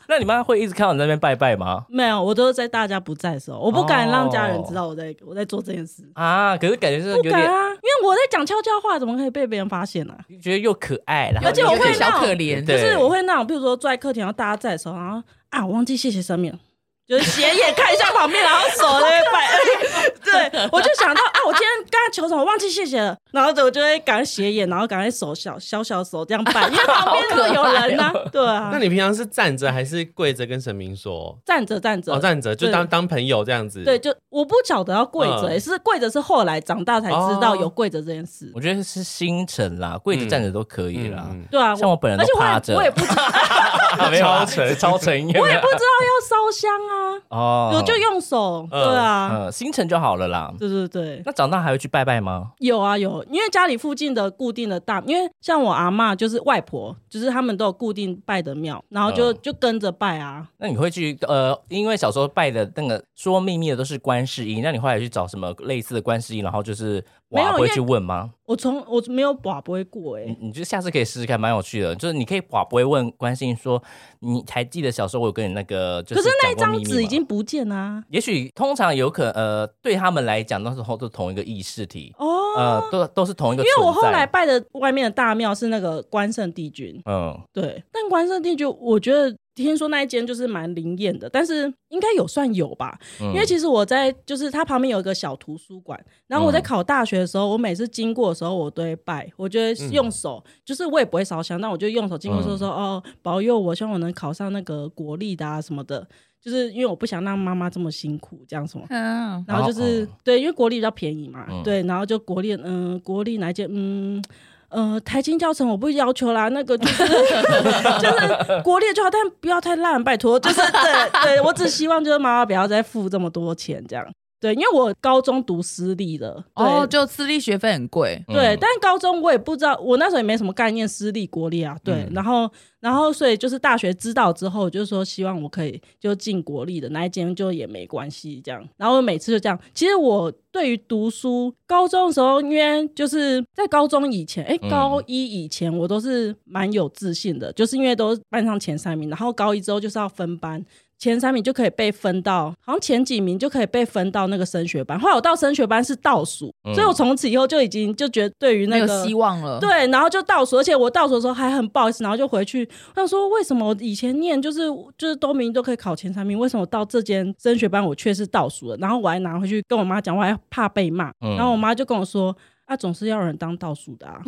那你妈会一直看到你在那边拜拜吗？ 没有，我都是在大家不在的时候，我不敢让家人知道我在、我在做这件事，啊，可是感觉是有不敢点，啊，因为我在讲悄悄话，怎么可以被别人发现呢、啊？觉得又可爱，然后而且我又会有点小让可怜，对就是我会那种，比如说坐在客厅，然后大家在的时候，然后啊，我忘记谢谢生命了， 就是斜眼看一下旁边，然后手在那边摆。 对，我就想到啊，我今天跟他求什么，忘记谢谢了，然后我就会赶快斜眼，然后赶快手小小小手这样摆，因为旁边都有人呐、对 啊那，你平常是站着还是跪着跟神明说？站着站着。哦，站着就对当当朋友这样子。对，，就我不晓得要跪着、嗯也是跪着是后来长大才知道有跪着这件事。我觉得是心诚啦，跪嗯着站着都可以啦。嗯，对啊，像我本人而都且我趴也着， 我也不知道啊没有啦超诚是超诚，我也不知道要烧香啊，哦，我就用手。对啊，呃心诚就好了啦。对对对。那长大还会去拜拜吗？有啊有，因为家里附近的固定的大，因为像我阿嬷就是外婆，就是他们都有固定拜的庙，然后就、嗯就跟着拜啊。那你会去呃，因为小时候拜的那个说秘密的都是观世音，那你后来去找什么类似的观世音，然后就是没有哇不会因为去问吗？我从我没有把不会过哎、嗯你你就下次可以试试看，蛮有趣的。就是你可以把不会问观世音说，说，你还记得小时候我有跟你那个，就可是讲那一过张秘密纸已吗经不见啊啦、也许通常有可呃，对他们来讲，那时候都是同一个意识体，哦，呃，都都是同一个因存为在。我后来拜的外面的大庙是那个关圣帝君，嗯，对，但关圣帝君我觉得。听说那一间就是蛮灵验的，但是应该有算有吧，因因为其实我在就是它旁边有一个小图书馆，然后我在嗯考大学的时候，我每次经过的时候，我都会拜，我就会用手，就是我也不会烧香，但我就用手经过说嗯说、哦，保佑我，希望我能考上那个国立的啊什么的，就是因为我不想让妈妈这么辛苦，这样什么。嗯，然后就然后是、嗯对，因为国立比较便宜嘛，嗯对，然后就国立，嗯、国立哪一间，嗯。呃，台青教程我不要求啦，那个就是 就是国立就好，但不要太烂，拜托。就是对对，我只希望就是妈妈不要再付这么多钱这样。对，因为我高中读私立的，对、哦，就私立学费很贵，对，但高中我也不知道，我那时候也没什么概念，私立国立啊，对，然后然后所以就是大学知道之后，就是说希望我可以就进国立的那一间，就也没关系这样。然后每次就这样，其实我对于读书，高中的时候，因为就是在高中以前，哎、嗯高一以前我都是蛮有自信的，就是因为都是班上前三名，然后高一之后就是要分班。前三名就可以被分到，好像前几名就可以被分到那个升学班。后来我到升学班是倒数，嗯所以我从此以后就已经就觉得对于没那有个希望了。对，啊然后就倒数，而且我倒数的时候还很不好意思，然后就回去，我想说为什么我以前念就是就是都明明都可以考前三名，为什么到这间升学班我却是倒数了？然后我还拿回去跟我妈讲，我还怕被骂，嗯然后我妈就跟我说。啊，总是要有人当倒数的啊！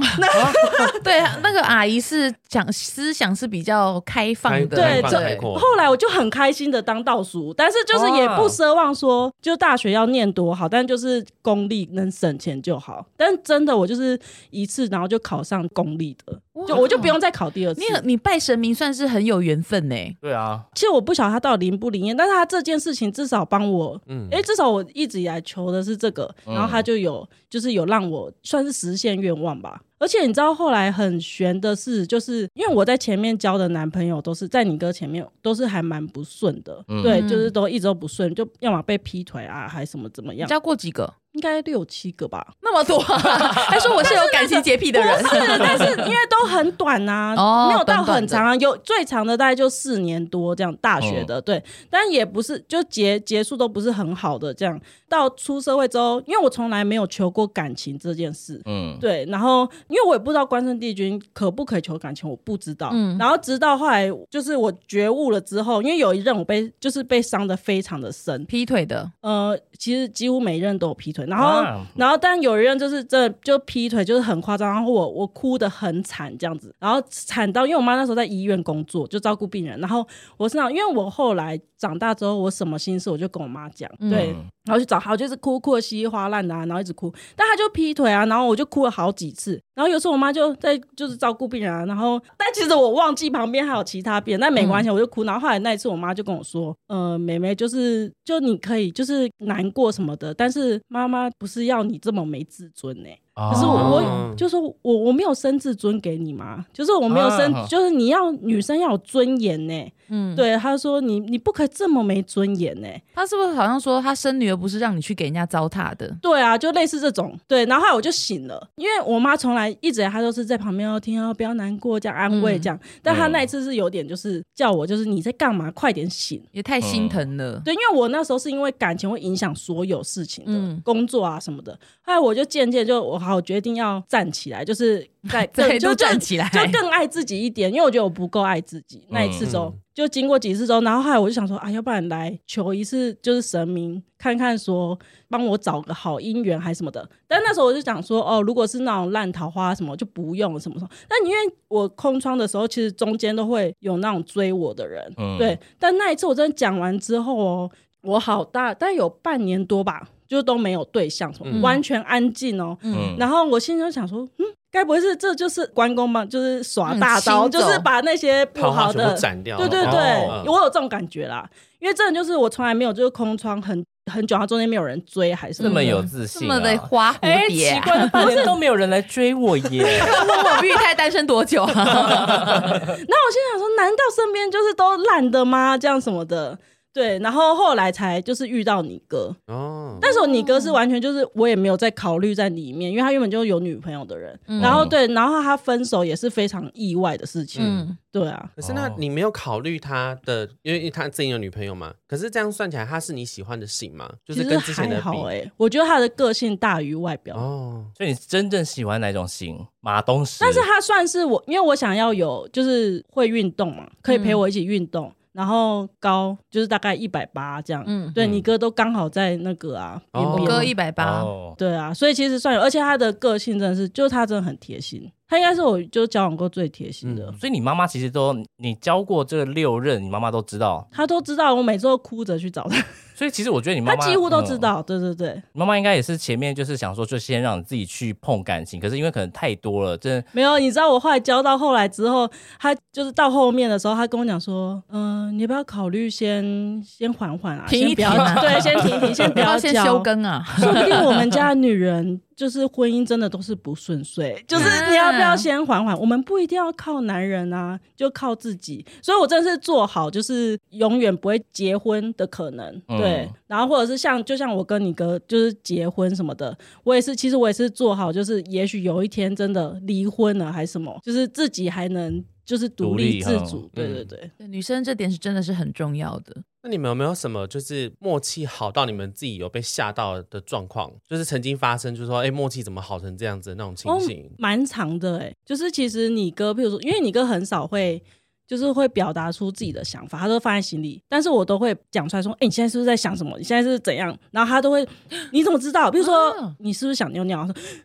对啊，那个阿姨是讲思想是比较开放的，开对放这开阔后来我就很开心的当倒数，但是就是也不奢望说就大学要念多好，但就是公立能省钱就好。但真的我就是一次，然后就考上公立的，就哇我就不用再考第二次。你很你拜神明算是很有缘分呢、对啊，其实我不晓得他到底灵不灵验，但是他这件事情至少帮我，嗯嗯，因为至少我一直以来求的是这个，然后他就有、就是有让我算是实现愿望吧。而且你知道后来很悬的是，就是因为我在前面交的男朋友都是在你哥前面都是还蛮不顺的，对，就是都一直都不顺，就要么被劈腿啊，还什么怎么你样，交过几个？应该六七个吧。那么多、啊， 还说我是有感情洁癖的 人，但是因为都很短呐、哦没有到短短很的长啊，有最长的大概就四年多这样，大学的、对，但也不是就结结束都不是很好的这样。到出社会之后，因为我从来没有求过感情这件事，嗯，对，然后因为我也不知道关圣帝君可不可以求感情，我不知道。嗯然后直到后来就是我觉悟了之后，因为有一任我被就是被伤的非常的深，劈腿的，呃，其实几乎每一任都有劈腿，然后、啊然后但有一任就是这就劈腿就是很夸张，然后我我哭的很惨这样子，然后惨到因为我妈那时候在医院工作就照顾病人，然后我是那种因为我后来长大之后我什么心事我就跟我妈讲，对，嗯然后去找她，我就是哭哭的稀里哗啦的、啊，然后一直哭，但她就劈腿啊，然后我就哭了好几次，然后有时候我妈就在就是照顾病人啊，然后但其实我忘记旁边还有其他病人，但没关系，我就哭。然后后来那一次，我妈就跟我说，呃，妹妹就是就你可以就是难过什么的，但是妈妈不是要你这么没自尊呢、可可是我、哦我就说我我没有生自尊给你嘛，就是我没有生，啊就是你要女生要有尊严呢、嗯，对，她说你你不可以这么没尊严欸呢、他是不是好像说他生女儿不是让你去给人家糟蹋的？对啊，就类似这种。对，然后后来我就醒了，因为我妈从来一直以来她都是在旁边要听啊，不要难过，这样安慰嗯这样。但她那一次是有点就是叫我，就是你在干嘛，快点醒。也太心疼了。对，因为我那时候是因为感情会影响所有事情的，嗯工作啊什么的。后来我就渐渐就我好我决定要站起来，就是在 再就度就嗯站起来就更爱自己一点，因为我觉得我不够爱自己。那一次之后，就经过几次之后，然后后来我就想说啊，要不然来求一次，就是神明看看说帮我找个好姻缘还什么的。但那时候我就想说，哦，如果是那种烂桃花什么就不用了什么什么。但因为我空窗的时候，其实中间都会有那种追我的人，嗯对。但那一次我真的讲完之后哦，我好大，但有半年多吧，就都没有对象，什么、嗯完全安静哦。嗯然后我心里就想说，嗯，该不会是这就是关公吧？就是耍大刀，嗯亲就走是把那些不桃花好全的部，斩掉，对对对，哦我有这种感觉啦。因为真的就是我从来没有就是空窗很很久，然后中间没有人追，还是这么有自这信、啊，么的花哎、蝴蝶、奇啊，怪，半 年都没有人来追我耶。问我玉泰单身多久啊？然后我心想说，难道身边就是都懒的吗？这样什么的。对，然后后来才就是遇到你哥，哦，那时候你哥是完全就是我也没有在考虑在里面，因为他原本就有女朋友的人，嗯然后对，然后他分手也是非常意外的事情， 嗯，对啊，可是那哦你没有考虑他的，因为他自己有女朋友嘛？可是这样算起来，他是你喜欢的型嘛？就是其跟实之前还的好欸比哎、我觉得他的个性大于外表，哦，所以你真正喜欢哪种型？马东石，但是他算是我，因为我想要有就是会运动嘛，可以陪我一起运动，然后高就是大概一百八这样，嗯对嗯你哥都刚好在那个啊，哦边我边哥一百八，哦，对啊，所以其实算有，而且他的个性真的是，就是他真的很贴心，他应该是我就交往过最贴心的。嗯所以你妈妈其实都你教过这六任，你妈妈都知道。他都知道，我每次都哭着去找他，所以其实我觉得你妈他妈几乎都知。嗯道。对对对，妈妈应该也是前面就是想说，就先让你自己去碰感情，可是因为可能太多了，真的没有，你知道我后来交到后来之后，他就是到后面的时候，他跟我讲说，嗯、你要不要考虑先先缓缓啊，停一先不要停啊对，先停一停，先要不不要 交先休更 啊？说不定我们家的女人就是婚姻真的都是不顺遂，就是你要不要先缓缓？我们不一定要靠男人啊，就靠自己。所以我真的是做好，就是永远不会结婚的可能。嗯对，然后或者是像就像我跟你哥就是结婚什么的，我也是，其实我也是做好，就是也许有一天真的离婚了还是什么，就是自己还能就是独立独立自哈主。对嗯对对。对女生这点是真的是很重要的。那你们有没有什么就是默契好到你们自己有被吓到的状况？就是曾经发生，就是说，哎、默契怎么好成这样子的那种情形？蛮长的哎、就是其实你哥，譬如说，因为你哥很少会，就是会表达出自己的想法，他都放在心里，但是我都会讲出来说，哎、你现在是不是在想什么？你现在是怎样？然后他都会，你怎么知道？比如说，啊你是不是想尿尿？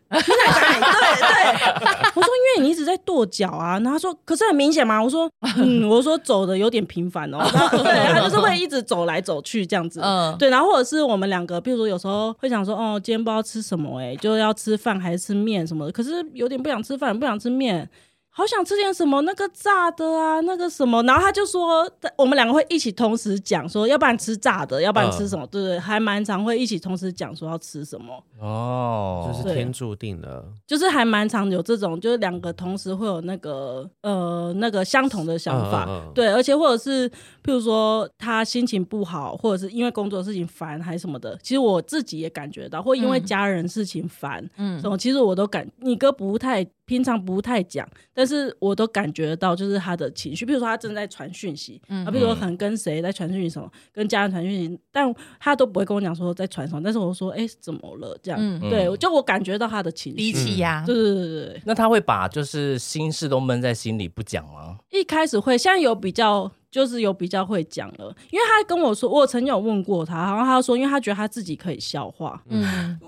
他说你在想，对对。我说，因为你一直在跺脚啊。然后他说，可是很明显嘛。我说，嗯，我说走的有点频繁哦。然后对，他就是会一直走来走去这样子。嗯，对，然后或者是我们两个，比如说有时候会想说，哦，今天不知道吃什么、欸，哎，就要吃饭还是吃面什么的，可是有点不想吃饭，不想吃面。好想吃点什么那个炸的啊，那个什么，然后他就说，我们两个会一起同时讲说，要不然吃炸的，要不然吃什么，嗯对对，还蛮常会一起同时讲说要吃什么，哦，就是对天注定了，就是还蛮常有这种，就是两个同时会有那个呃那个相同的想法，嗯嗯嗯对，而且或者是譬如说他心情不好，或者是因为工作的事情烦还是什么的，其实我自己也感觉到，或因为嗯家人事情烦，嗯什么其实我都感，你哥不太平常不太讲，但是我都感觉到就是他的情绪，比如说他正在传讯息，嗯啊，比如说可能跟谁在传讯息什么，跟家人传讯息，但他都不会跟我讲说在传什么，但是我说哎、怎么了这样，嗯嗯对，就我感觉到他的情低绪，气压对，对对对对。那他会把就是心事都闷在心里不讲吗？一开始会，现在有比较，就是有比较会讲了。因为他跟我说，我曾经有问过他，然后他说，因为他觉得他自己可以消化。嗯，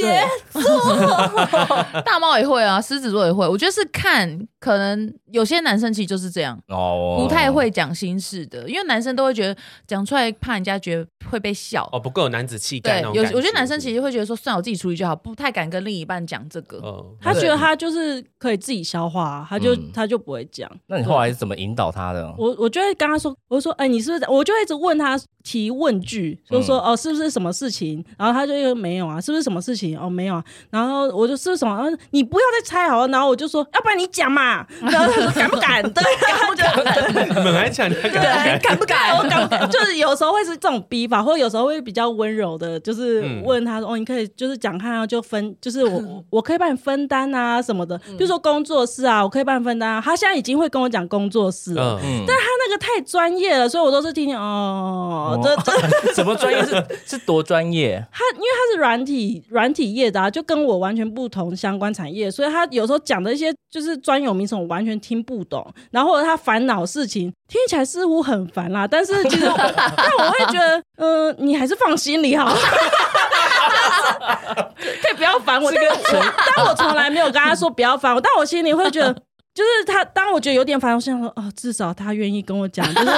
对， 大猫也会啊，狮子座也会。我觉得是看，可能有些男生其实就是这样，哦，不太会讲心事的，因为男生都会觉得讲出来怕人家觉得会被笑。哦，不够有男子气概对那，种有感我觉得男生其实，实会觉得说，算了，我自己处理就好，不太敢跟另一半讲这个。嗯他觉得他就是可以自己消化啊，他就、嗯他就不会讲。那你后来是怎么引导他的？我我就会跟他说，我说，哎、你是不是？我就会一直问他提问句，就说，哦，是不是什么事情？然后他就又没有啊，是不是什么事情？哦，没有啊。然后我就是不是什么，嗯你不要再猜好了。然后我就说，要不然你讲嘛。然后他说，敢不敢？ 对，敢不敢？你们还讲那个对，敢不 敢？我敢不敢？就是有时候会是这种逼法，或者有时候会比较温柔的，就是问他说：“哦，你可以就是讲看啊，就分，就是我我我可以帮你分担啊什么的，比如说工作室啊，我可以帮你分担啊。”他现在已经会跟我讲工作室了，嗯，嗯，他那个太专业了，所以我都是听听哦，这这什么专业是是多专业？他因为他是软体软体业的、啊，就跟我完全不同相关产业，所以他有时候讲的一些就是专有名词，我完全听不懂。然后或者他烦恼事情，听起来似乎很烦啦，但是其实我但我会觉得，嗯、你还是放心里好。 可以不要烦我，但是我但我从来没有跟他说不要烦我，但我心里会觉得。就是他，当我觉得有点烦，我心想说，哦，至少他愿意跟我讲，就是对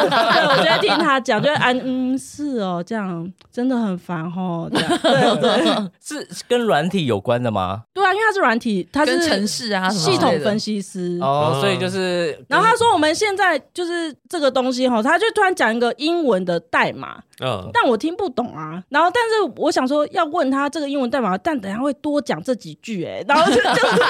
我就会听他讲，就会安，嗯，是哦，这样真的很烦哦，这样，对对是是跟软体有关的吗？对啊，因为他是软体，他跟城是市啊什么系统分析，析师，哦嗯，所以就是，然后他说我们现在就是这个东西哈，他就突然讲一个英文的代码，哦嗯，但我听不懂啊。然后，但是我想说要问他这个英文欸 代码，但等一下会多讲这几句哎、然后就就是对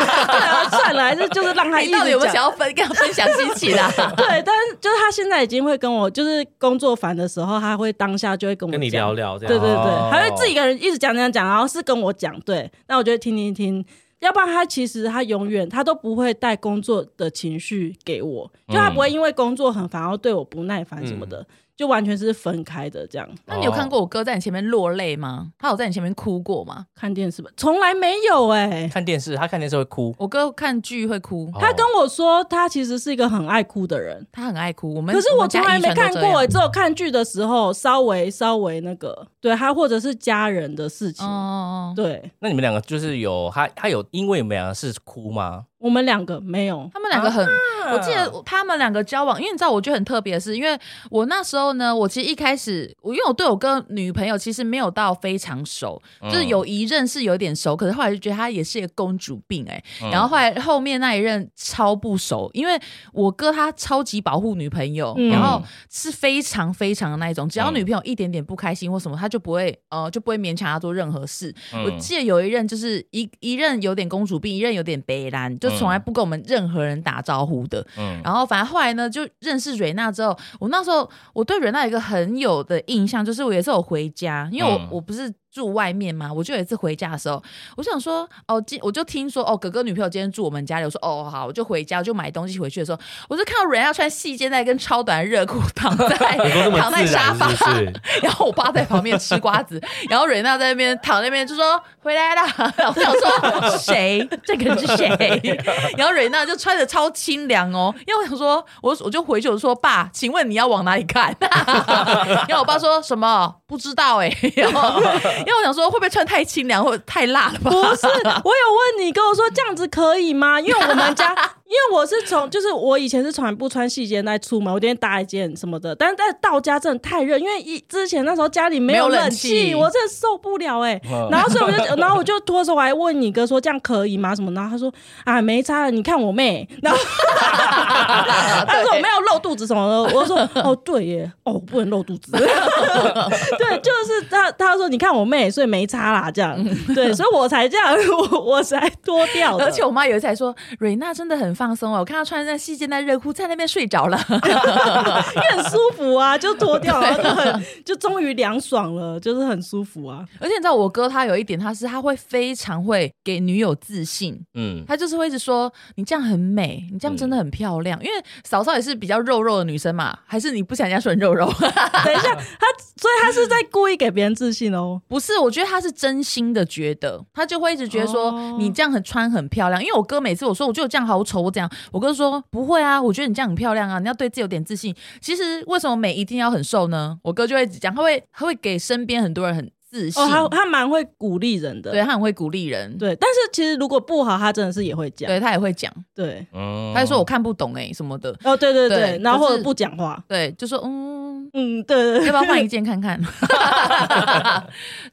啊，算了，还是就是让他你一到直底有没有讲想要分跟他分享心啊情啦？ 对，但是就是他现在已经会跟我，就是工作烦的时候，他会当下就会跟我跟你讲聊聊这对样。对哦啊对，还会自己一个人一直讲讲讲，然后是跟我讲，对，那我就会听听听。要不然他其实他永远他都不会带工作的情绪给我，嗯就他不会因为工作很烦，然后对我不耐烦什么的，就完全是分开的这样。那你有看过我哥在你前面落泪吗？他有在你前面哭过吗？看电视吧，从来没有哎、看电视，他看电视会哭。我哥看剧会哭，哦他跟我说他其实是一个很爱哭的人，他很爱哭。我们可是我我们家从来没遗传看都这样过、欸，只有看剧的时候稍微稍微那个，对他或者是家人的事情，哦，对那你们两个就是有他，他有因为你们两个是哭吗？我们两个没有。他们两个很，啊我记得他们两个交往，因为你知道，我觉得很特别的是，因为我那时候呢，我其实一开始，我因为我对我哥女朋友其实没有到非常熟，嗯就是有一任是有点熟，可是后来就觉得她也是一个公主病哎、嗯然后后来后面那一任超不熟，因为我哥他超级保护女朋友，嗯然后是非常非常的那一种，只要嗯女朋友一点点不开心或什么，他就不会呃就不会勉强她做任何事，嗯我记得有一任就是一一任有点公主病，一任有点北兰，就嗯从来不跟我们任何人打招呼的。嗯然后反正后来呢，就认识蕊娜之后，我那时候我对蕊娜有一个很有的印象，就是我有一次我回家，因为我、嗯我不是住外面嘛，我就有一次回家的时候，我想说哦，今我就听说哦，哥哥女朋友今天住我们家里，我说哦好，我就回家，我就买东西回去的时候，我就看到蕊娜穿细肩带跟超短的热裤躺在 你都那躺么在自沙然发是不是？然后我爸在旁边吃瓜子，然后瑞娜在那边躺那边就说回来啦，然后我想说谁这个人是谁？然后瑞娜就穿的超清凉哦，因为我想说，我我就回去我说爸，请问你要往哪里看？ 然后我爸说什么不知道哎、然后因为我想说会不会穿太清凉或者太辣了吧？不是，我有问你，跟我说这样子可以 吗？因为我们家，因为我是从，就是我以前是从来不穿细肩带出门，我今天搭一件什么的，但是在到家真的太热，因为一之前那时候家里没没有有冷冷气气，我真的受不了哎、嗯然后所以我就， 然后我就拖着我还问你哥说这样可以吗？什么？然后他说啊没差了，你看我妹， 然后他说我没有露肚子什么的，我 就说哦对耶，哦我不能露肚子， 对，就是他他说你看我妹，所以没差啦这 样，对，所以我才这样， 我我才脱掉的，而且我妈有一次还说，瑞娜真的很放松哦，我看她穿那细肩带热裤在那边睡着了。 也很舒服啊，就脱掉，然后就很就终于凉爽了，就是很舒服啊。而且你知道我哥他有一点，他是他会非常会给女友自信，嗯，他就是会一直说你这样很美，你这样真的很漂亮。因为嫂嫂也是比较肉肉的女生嘛，还是你不想人家说你肉 肉？等一下，他所以他是在故意给别人自信哦。不是，我觉得他是真心的觉得，他就会一直觉得说、哦你这样很穿很漂亮。因为我哥每次我说我觉得我这样好丑，我怎样，我哥说不会啊，我觉得你这样很漂亮啊，你要对自己有点自信。其实为什么美一定要很瘦呢？我哥就会讲，他会他会给身边很多人很自信，哦，他他蛮会鼓励人的，对他很会鼓励人，对但是其实如果不好，他真的是也会讲，对他也会讲。对，嗯他就哦说我看不懂哎、什么的，哦，对对对对，然后可或是者不讲话，对，就说嗯，嗯，对 对要对不要换一件看看？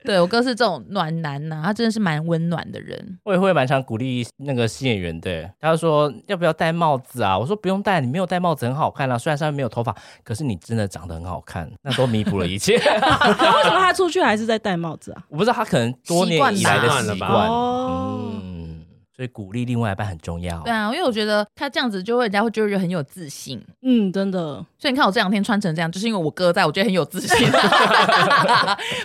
对我哥是这种暖男呐、他真的是蛮温暖的人。我也会蛮常鼓励那个新演员的。他就说要不要戴帽子啊？我说不用戴，你没有戴帽子很好看啊。虽然上面没有头发，可是你真的长得很好看，那都弥补了一切。 然 后为什么他出去还是在戴帽子啊？我不知道他可能多年以来的习惯习惯吧哦嗯，所以鼓励另外一半很重要。对啊，因为我觉得他这样子就会人家会觉得很有自信。嗯，真的，所以你看我这两天穿成这样，就是因为我哥在，我觉得很有自 信。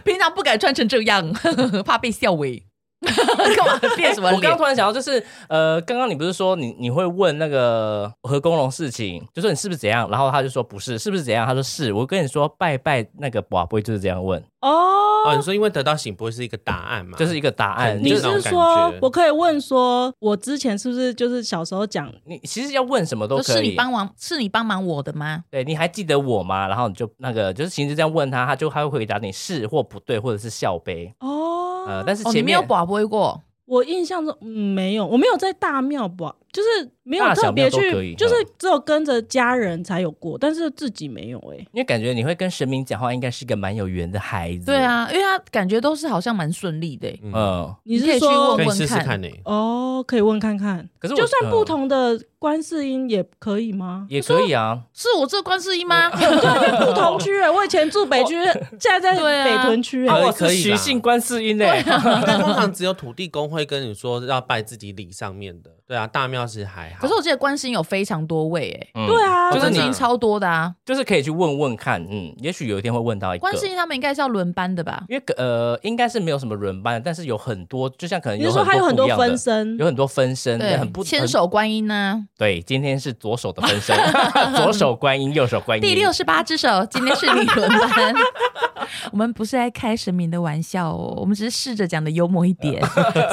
平常不敢穿成这样， 怕被笑尾。干嘛变什么我刚脸刚？突然想到，就是呃，刚刚你不是说你你会问那个何公龙事情，就说你是不是怎样，然后他就说不是，是不是怎样？他说是，我跟你说拜拜那个宝贝就是这样问，哦，哦你。说因为得到醒波是一个答案嘛？就是一个答案。肯你定你那种是感说觉我可以问说，我之前是不是就是小时候讲你其实要问什么都说可是以你，帮忙，是你帮忙我的吗？对，你还记得我吗？然后你就那个就是其实这样问他，他就他会回答你是或不对，或者是笑杯。哦？呃，但是哦，你前没面、有保不过。我印象中、嗯、没有，我没有在大庙吧，就是没有大小特别庙都可以嗯去，就是只有跟着家人才有过，但是自己没有哎、欸。因为感觉你会跟神明讲话，应该是个蛮有缘的孩子。对，啊，因为他感觉都是好像蛮顺利的欸、嗯嗯，你可以是去说可问以试试看 呢。哦？可以问看看，可是我就算不、嗯同的观世音也可以吗？也可以啊。是我这观世音吗？ 不同区、欸，我以前住北区，现在在对啊北屯区、欸。可以哦，是徐啦啊姓观世音呢。欸但通常只有土地公会跟你说要拜自己礼上面的，对啊，大庙其实还好。可是我记得关心有非常多位哎、嗯对啊就是关你心超多的啊，就是可以去问问看，嗯，也许有一天会问到一个关。心他们应该是要轮班的吧？因为呃，应该是没有什么轮班，但是有很多，就像可能你有是说很它有很多不一多样的分，身有？很多分身，对很不，千很手观音啊呢、对，今天是左手的分身， 左手观音，右手观音。第 六十八只手，今天是你轮班。我们不是在开神明的玩笑哦，我们只是试着讲的幽默一 点，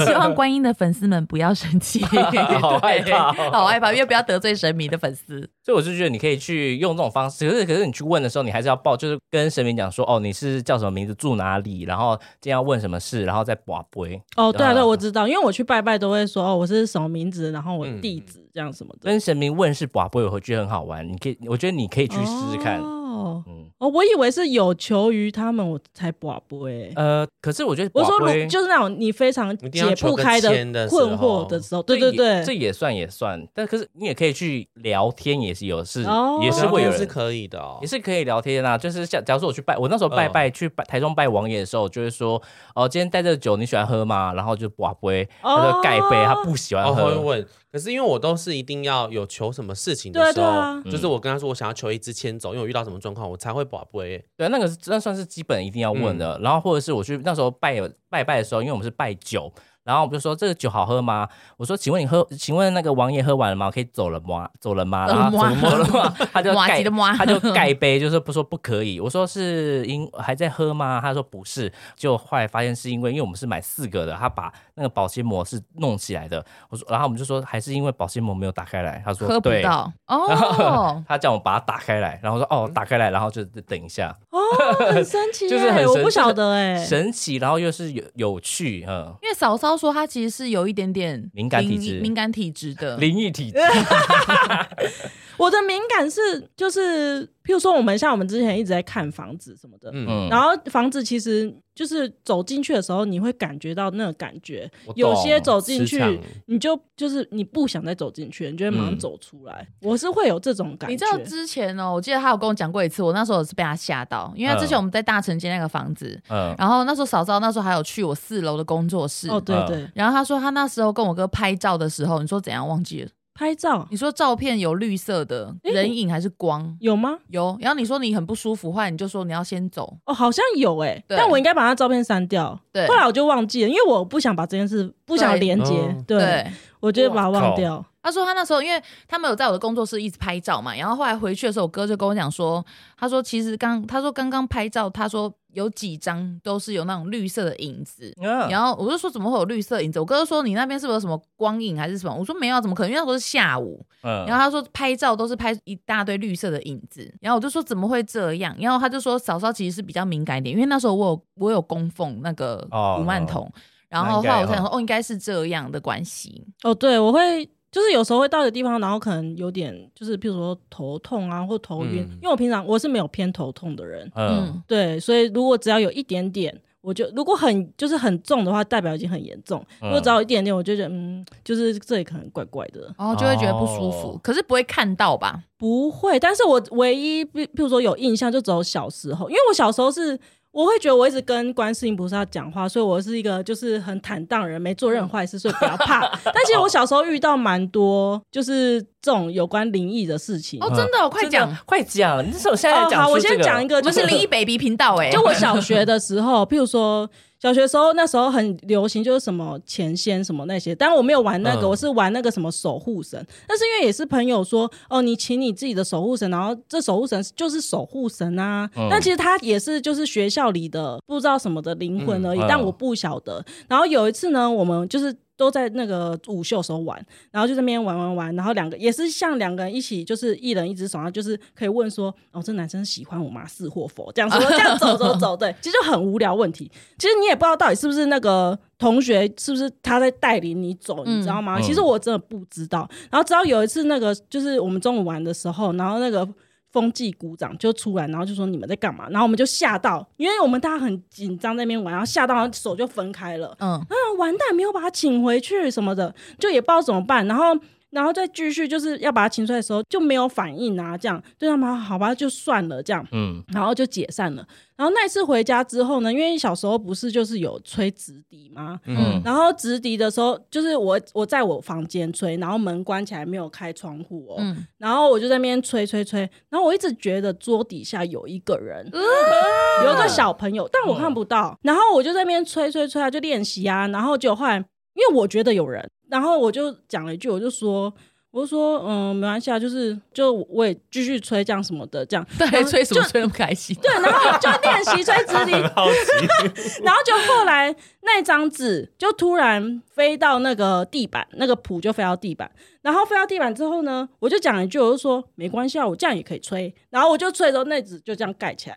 希望观音的粉丝们不要生气。好害怕哦对好害怕，因为不要得罪神明的粉丝。所以我就觉得你可以去用这种方式，可是可是你去问的时候，你还是要报，就是跟神明讲说，哦，你是叫什么名字，住哪里，然后今天要问什么事，然后再卜杯，哦，对啊，对啊，啊我知道，因为我去拜拜都会说哦，我是什么名字，然后我嗯地址这样什么的。跟神明问事卜杯，我觉得很好玩，你可以，我觉得你可以去试试看。哦，嗯，哦，我以为是有求于他们我才卜卜哎。呃，可是我觉得我说卜杯如就是那种你非常一定要解求不个开签的时困候惑的时候，这对对也对，这也算也算，但可是你也可以去聊天，也是有事，哦也是会有聊天是人。可以的哦也。是可以聊天啊，就是像假如说我去哦拜，我那时候拜嗯拜、去拜台中拜王爷的时候，我就会说，哦，今天带这个酒你喜欢喝吗？然后就哇杯，他就盖杯，哦他不喜欢哦，喝。会问，可是因为我都是一定要有求什么事情对啊的时候，对啊就是我跟他说我想要求一支签走，因为我遇到什么状况，我才会宝贝。对，那个是那算是基本一定要问的。然后或者是我去那时候拜拜拜的时候，因为我们是拜酒，然后我们就说这个酒好喝吗？我说，请问你喝，请问那个王爷喝完了吗？我可以走了吗？走了吗？然后呃走了吗？ 他就哇盖急得哇他就盖杯，就是不说不可以。我说是因还在喝吗？他说不是，就后来发现是因为因为我们是买四个的，他把那个保鲜膜是弄起来的。我说，然后我们就说还是因为保鲜膜没有打开来。他说喝不对。到然后哦 ，他叫我把它打开来，然后我说哦，打开来，然后就等一下，哦，很神奇耶，就是很神我不晓得哎、神奇，然后又是有有趣，嗯，因为嫂嫂说她其实是有一点点敏感体质敏敏感体质嗯的。灵异体质，我的敏感是就是，譬如说我们像我们之前一直在看房子什么的，嗯，嗯，然后房子其实就是走进去的时候，你会感觉到那个感觉，我懂有些走进磁去场你就就是你不想再走进去，你就会马上嗯走出来。我是会有这种感觉，你知道之前哦，我记得她有跟我讲过一次，我那时候是被她吓到，因为之前嗯我们在大城街那个房子，嗯，然后那时候嫂嫂那时候还有去我四楼的工作室，哦，对嗯对，然后她说她那时候跟我哥拍照的时候，你说怎样忘记了？拍照你说照片有绿色的诶人影还是光？有吗？有，然后你说你很不舒服，后来你就说你要先走，哦，好像有哎、对但我应该把他照片删掉。对后来我就忘记了，因为我不想把这件事不想对连接哦，对我就把它忘掉。他说他那时候，因为他们有在我的工作室一直拍照嘛，然后后来回去的时候，我哥就跟我讲说，他说其实刚他说刚刚拍照，他说有几张都是有那种绿色的影子。然 然后我就说怎么会有绿色影子？我哥就说你那边是不是有什么光影还是什么？我说没有啊，怎么可能？因为那时候是下午。后然后他说拍照都是拍一大堆绿色的影子。然后我就说怎么会这样？然后他就说嫂嫂其实是比较敏感一点，因为那时候我有我有供奉那个哦古曼童，然后后来我才想说哦，应该是这样的关系。哦，对，我会就是有时候会到一个地方，然后可能有点就是，譬如说头痛啊，或头晕，嗯因为我平常我是没有偏头痛的人，嗯，对，所以如果只要有一点点。我就如果很就是很重的话，代表已经很严重；如果只要有一点点，我就觉得嗯，就是这里可能怪怪的。然后就会觉得不舒服，哦可是不会看到吧？不会，但是我唯一比譬如说有印象，就只有小时候，因为我小时候是我会觉得我一直跟观世音菩萨讲话，所以我是一个就是很坦荡的人，没嗯做任何坏事，所以不要怕。但其实我小时候遇到蛮多就是这种有关灵异的事情。哦，真的、哦，快讲， 真的快讲，你这首现在哦讲好，出我这先讲一个，我就们是灵异 baby 频道欸哎、就我小学的时候，譬如说小学时候那时候很流行就是什么钱仙什么那些，但我没有玩那个，嗯我是玩那个什么守护神。但是因为也是朋友说，哦，你请你自己的守护神，然后这守护神就是守护神啊。嗯但其实他也是就是学校里的不知道什么的灵魂而已，嗯嗯但我不晓得。然后有一次呢，我们就是。都在那个午休的时候玩，然后就在那边玩玩玩，然后两个也是像两个人一起，就是一人一只手，然后就是可以问说，哦，这男生喜欢我吗？是或否？这样说，这样走走走，对，其实就很无聊问题。其实你也不知道到底是不是那个同学，是不是他在带领你走，嗯你知道吗？嗯其实我真的不知道。然后直到有一次，那个就是我们中午玩的时候，然后那个。风纪鼓掌就出来，然后就说你们在干嘛？然后我们就吓到，因为我们大家很紧张在那边玩，然后吓到，然后手就分开了。嗯，完蛋，没有把他请回去什么的，就也不知道怎么办。然后然后再继续就是要把它清出来的时候就没有反应啊，这样对他们好吧就算了这样，嗯，然后就解散了。然后那一次回家之后呢，因为小时候不是就是有吹直笛吗？嗯嗯，然后直笛的时候，就是我我在我房间吹，然后门关起来没有开窗户哦，嗯，然后我就在那边吹吹吹，然后我一直觉得桌底下有一个人，有一个小朋友，但我看不到，然后我就在那边吹吹吹啊，就练习啊，然后就后来因为我觉得有人，然后我就讲了一句，我就说。我就说，嗯，没关系啊，就是就我也继续吹这样什么的，这样对，吹什么吹那么开心？ 对，然后就练习吹直笛，好 奇，然后就后来那张纸就突然飞到那个地板，那个谱就飞到地板，然后飞到地板之后呢，我就讲一句，我就说没关系啊，我这样也可以吹，然后我就吹的时候，那纸就这样盖起来，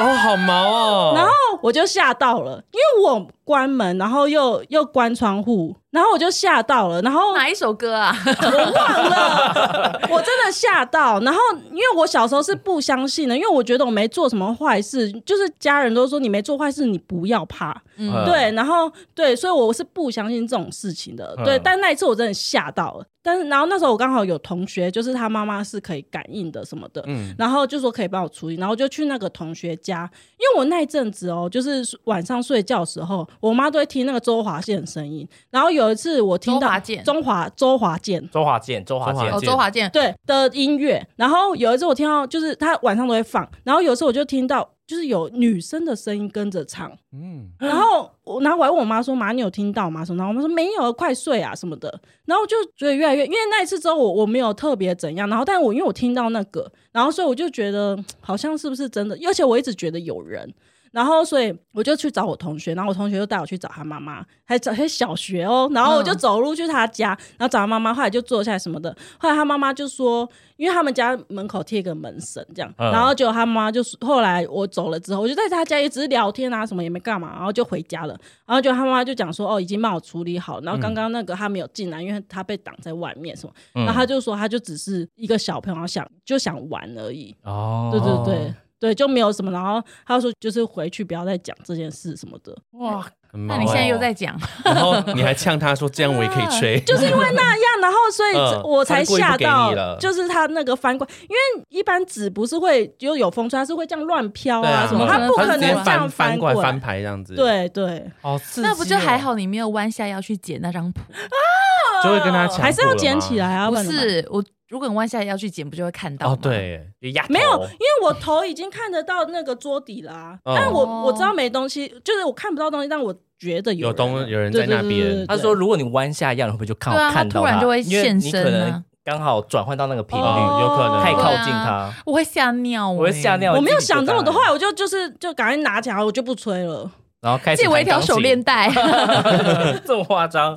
哦，好毛哦。然后我就吓到了，因为我关门，然后又又关窗户，然后我就吓到了，然后哪一首歌啊？忘了，我真的吓到。然后，因为我小时候是不相信的，因为我觉得我没做什么坏事，就是家人都说你没做坏事，你不要怕。嗯对，然后对，所以我是不相信这种事情的。嗯对，但那一次我真的吓到了。但是，然后那时候我刚好有同学，就是他妈妈是可以感应的什么的，嗯，然后就说可以帮我处理，然后就去那个同学家，因为我那一阵子哦，就是晚上睡觉的时候，我妈都会听那个周华健的声音，然后有一次我听到周华健中华周华健。周华健，周华周华健哦，，周华健，对的音乐，然后有一次我听到，就是他晚上都会放，然后有时候我就听到，就是有女生的声音跟着唱，嗯，然后我，然后我还问我妈说：“妈，你有听到吗？”什么？然后我妈说：“没有，快睡啊什么的。”然后我就觉得越来越，因为那一次之后我我没有特别怎样，然后但我因为我听到那个，然后所以我就觉得嗯好像是不是真的，而且我一直觉得有人。然后，所以我就去找我同学，然后我同学就带我去找他妈妈，还找还小学哦。然后我就嗯走路去他家，然后找他妈妈，后来就坐下来什么的。后来他妈妈就说，因为他们家门口贴一个门神这样，嗯然后结果他妈就说后来我走了之后，我就在他家也只是聊天啊，什么也没干嘛，然后就回家了。然后就他妈妈就讲说，哦，已经帮我处理好，然后刚刚那个他没有进来，因为他被挡在外面什么，嗯然后他就说他就只是一个小朋友想就想玩而已，哦对对对。对，就没有什么。然后他就说，就是回去不要再讲这件事什么的。哇，很毛那欸你现哦在又 在讲，然后你还呛他说这样我也可以吹，就是因为那样，然后所以嗯我才吓他故意不到给你了，就是他那个翻过来，因为一般纸不是会就有风吹，它是会这样乱飘对啊什么，它不他是可直接能这样翻翻过过来翻。牌这样子，，对对，好刺激哦！那不就还好？你没有弯下腰去捡那张谱，就会跟他抢，还是要捡起。来啊，不然怎么办。是我。如果你弯下腰去捡，不就会看到哦吗，？对，就压头没有，因为我头已经看得到那个桌底了、啊，哦但我我知道没东西，就是我看不到东西，但我觉得有有东人有人在那对对对对边对他说，如果你弯下腰，你会不会就看对啊看到他突然就会因为你现身啊可能刚好转换到那个频率，哦有可能太靠对啊近他，我会吓尿欸，我会吓尿。我没有想这么的多，后来我就就是就赶快拿起来，我就不吹了。然后开始借我一条弹钢琴手链， 带，这么夸张？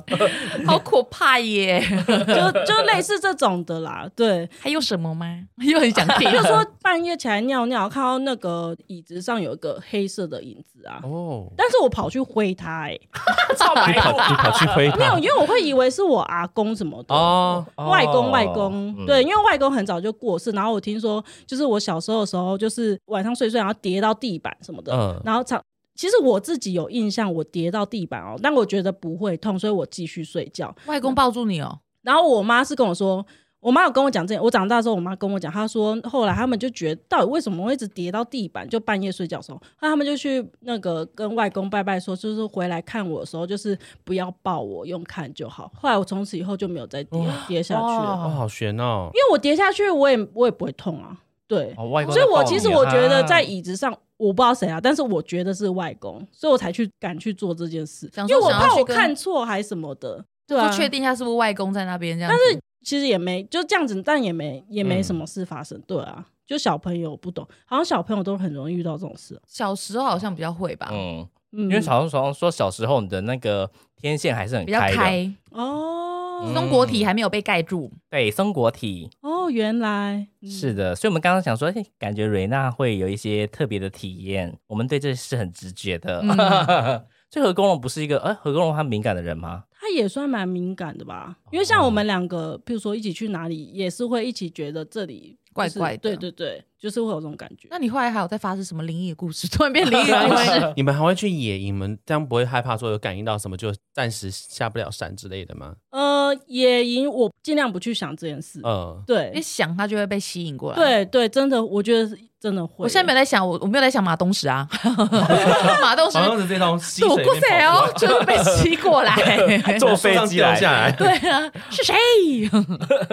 好可怕耶！就就类似这种的啦，对， 还有什么吗？又很想听，就说半夜起来尿尿，看到那个椅子上有一个黑色的影子啊，哦，但是我跑去挥它、欸，超白你跑目你跑去挥没有，他因为我会以为是我阿公什么的。哦，外公，外公，嗯对，因为外公很早就过世，然后我听说，就是我小时候的时候，就是晚上睡睡，然后跌到地板什么的，嗯然后常，其实我自己有印象，我跌到地板哦，但我觉得不会痛，所以我继续睡觉。 外公抱住你哦，然后我妈是跟我说，我妈有跟我讲这件，我长大的时候，我妈跟我讲，她说后来他们就觉得到底为什么会一直跌到地板，就半夜睡觉的时候，那他们就去那个跟外公拜拜说，就是回来看我的时候，就是不要抱我，用看就好。后来我从此以后就没有再跌跌下去了，哦，好悬哦因，为我跌下去我也我也不会痛啊，对，哦外公所在以抱你啊，我其实我觉得在椅子上。我不知道谁啊，但是我觉得是外公，所以我才去敢去做这件事，想因说为我想要怕去我跟看错还什么的，对哦不啊，确定一下是不是外公在那边这样子。但是其实也没就这样子，但也没也没嗯什么事发生。对啊，就小朋友不懂，好像小朋友都很容易遇到这种事。小时候好像比较会吧，嗯，嗯，因为好像好像说小时候你的那个天线还是很比较的，开，哦嗯中国体还没有被盖住。对，松果体哦，原来是的，所以我们刚刚想说，哎，感觉瑞娜会有一些特别的体验，我们对这是很直觉的。嗯 所以何公龙不是一个，哎，何公龙他敏感的人吗？他也算蛮敏感的吧？因为像我哦们两个，譬如说一起去哪里，也是会一起觉得这里就怪是怪的对对对，就是会有这种感觉。那你后来还有在发生什么灵异的故事？突然变灵 异的故事，你们还会去野营？你们这样不会害怕说有感应到什么就暂时下不了山之类的吗？呃，呃，野营我尽量不去想这件哦事。嗯，一对想他就会被吸引过来。，对对，真的，我觉得是真的会。我现在没有在想，我我没有在想马东石啊，马东石好像是这种溪躲水过里谁面啊跑出哦，就会被吸过来。坐飞来，树上机掉下 来，对啊，是谁？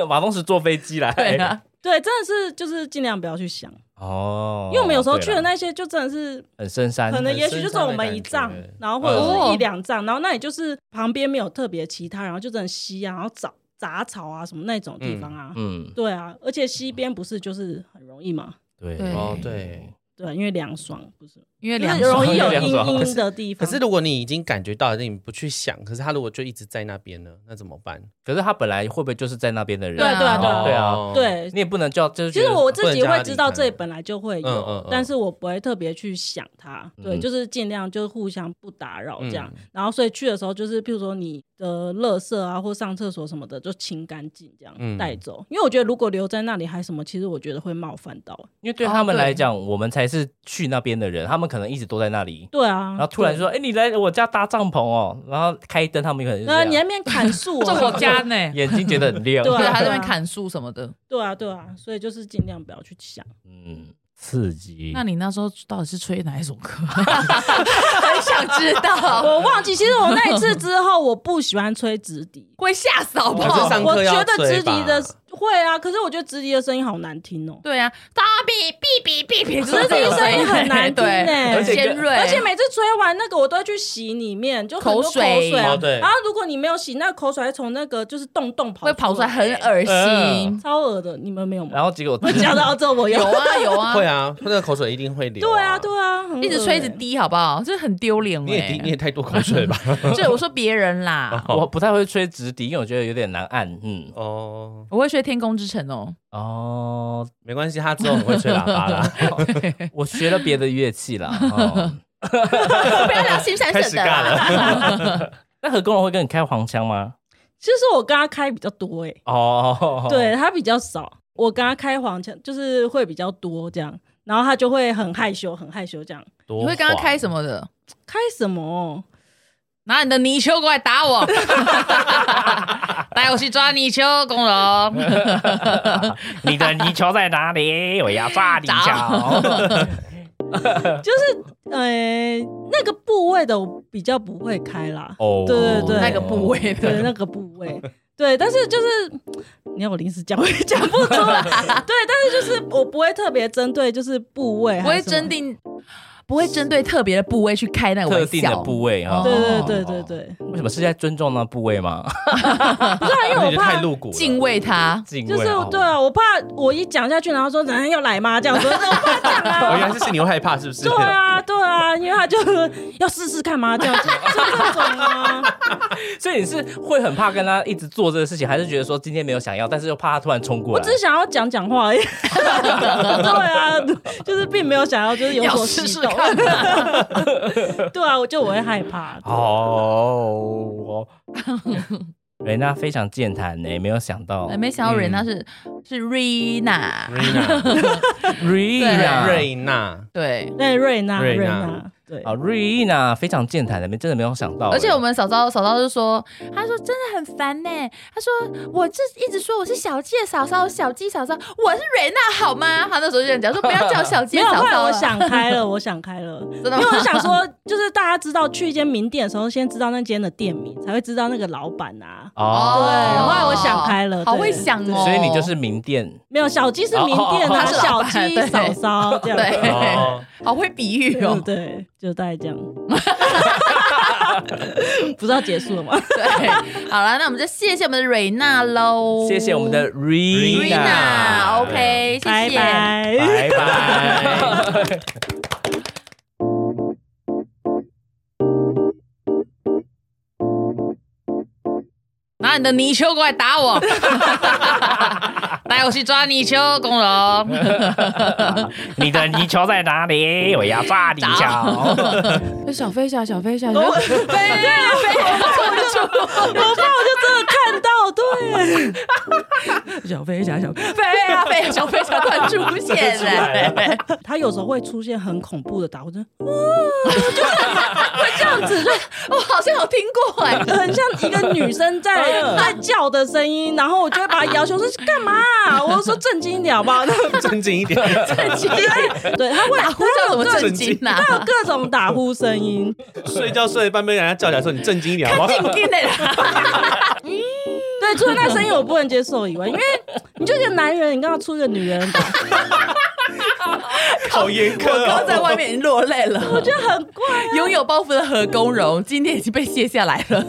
马东石坐飞机来。对啊，对，真的是就是尽量不要去想，哦，因为我们有时候对去的啦那些就真的是很深山，可能也许深就是山我的们感一仗觉，然后或者哦是一两仗，然后那里就是旁边没有特别其他，然后就只能吸啊，然后找杂草啊什么那种地方啊。嗯，对啊，而且西边不是就是很容易嘛？对对哦对。对，啊因为凉爽不是，因为就凉是容爽易有凉爽阴阴的地可方。是如果你已经感觉到了，那你不去想，可是他如果就一直在那边呢，那怎么办？可是他本来会不会就是在那边的人？对啊对啊对啊对啊哦，对，你也不能叫，就是其觉实得我自己不能叫他会知道离开这本来就会有，嗯嗯嗯但是我不会特别去想它。对，嗯就是尽量就是互相不打扰这样。嗯然后所以去的时候，就是譬如说你的垃圾啊或上厕所什么的，就清干净这嗯样带走。因为我觉得如果留在那里还什么，其实我觉得会冒犯到。因为对他们哦来讲，我们才是去那边的人，他们可能一直都在那里，对啊，然后突然说：“哎，你来我家搭帐篷哦。”然后开灯，他们有可能对，呃，就你是在那边砍树、 这啊，我家呢，眼睛觉得很亮， 对啊对，还在那边砍树什么的。对啊，对啊，所以就是尽量不要去想。 嗯，刺激。那你那时候到底是吹哪一首歌？ 很想知道，我忘记，其实我那一次之后，我不喜欢吹直笛。会吓死好不可是好？哦上我课要觉得直吹吧笛的会啊，可是我觉得直笛的声音好难听哦、对啊，大比比比比比，可是这个声音很难听对，欸很尖锐，而且每次吹完那个，我都会去洗里面，就很多口口水水啊。哦对然后如果你没有洗，那口水会从那个就是洞洞跑，会跑出来，很，恶心。超恶的。你们没有吗？ 然后结果我讲到这，我有啊有啊 会，啊，那个口水一定会流。对啊，，对啊，很恶一直吹一直欸滴好不好？这很丢脸你也滴你也哎。太多口水了吧？这我说别人啦， 我不太会吹直笛，因为我觉得有点难按。嗯， 哦，我会吹《天空之城》哦。哦，没关系，他之后很会吹喇叭啦。 我学了别的乐器啦。哦 哦不要聊新闪开闪始的尬啦。了， 那何工人会跟你开黄腔吗？其实我跟他开比较多哎、哦，对他比较少，我跟他开黄腔就是会比较多这样，然后他就会很害羞，很害羞这样。你你会跟他开什么的？开什么？拿你的泥鳅过来打我， 带我去抓泥鳅，工人。你的泥鳅在哪里？我要抓泥鳅。呃，那个部位的我比较不会开啦。哦对对对那个部位的 对那个部 位，对，但是就是你要我临时讲，我也讲不出 来。对，但是就是我不会特别针对就是部位，不会针。定，不会针对特别的部位去开那个特玩定的笑。部位啊。哦对对对对对，哦为什么是在尊重那部位吗？ 不是啊、因为那我就怕太，露骨了，敬畏他，敬畏就是哦对啊，我怕我一讲下去，然后说人要来吗？这 样说，我怕这样哦。啊。原来是你会害怕，是不是？对啊，对啊，因为他就要试试看嘛，这样子就这种啊。所以你是会很怕跟他一直做这个事情，还是觉得说今天没有想要，但是又怕他突然冲过我来只？是想要讲讲话而已。 对啊，就是并没有想要就是有要所试激试动。看啊。对啊，我就我会害怕。哦，瑞娜非常健谈呢，没有想到哎，没想到人他是是 Rina，瑞娜，嗯瑞娜， 瑞娜，对。对，瑞娜，瑞瑞娜娜，对，啊，瑞娜非常健谈的，没真的没有想到。而且我们嫂嫂嫂嫂就说，她说真的很烦呢、她说我这一直说我是小季的嫂嫂，小季嫂嫂，我是瑞娜好吗？她那时候就这样讲说不要叫小季没有，嫂后来嫂我了。想开了，我想开了， 真的因吗为我就想说，就是大家知道去一间名店的时候，先知道那间的店名，才会知道那个老板啊。对，哦，后来我想开了，好对会想哦。所以你就是名店没有小鸡是名店哦哦哦他啊，是老小板鸡对嫂嫂这样，对哦，好会比喻对哦。对，就大概这样。 不知道结束了吗？对，好了，那我们就谢谢我们的瑞娜喽，谢谢我们的瑞 Rina。娜， OK，谢拜谢。拜。拜拜。拿你的泥鳅过来打我， 带我去抓泥鳅，工人。你的泥鳅在哪里？我要抓泥找鳅。就小飞侠，小飞侠，我飞飞我怕我就真的看到，对， 小飞侠，小飞侠，飞啊飞，小飞侠突然出现了，他有时候会出现很恐怖的打呼声，会这样子就，我好像有听过哎，很像一个女生 在在叫的声音，然后我就会把她要求说干嘛啊、我就说正经一点好 不好？正经一点，对，他会打呼叫怎么震惊啊呐？他有各种打呼声音，睡觉睡一半被人家叫起来说你正经一点好不好？进进来了，对，除了那声音我不能接受以外，因为你就一个男人，你刚刚出一个女人，我好严苛然后在哦。外面已经落泪了。觉得很怪。啊拥有包袱的何公荣今天已经被卸下来了。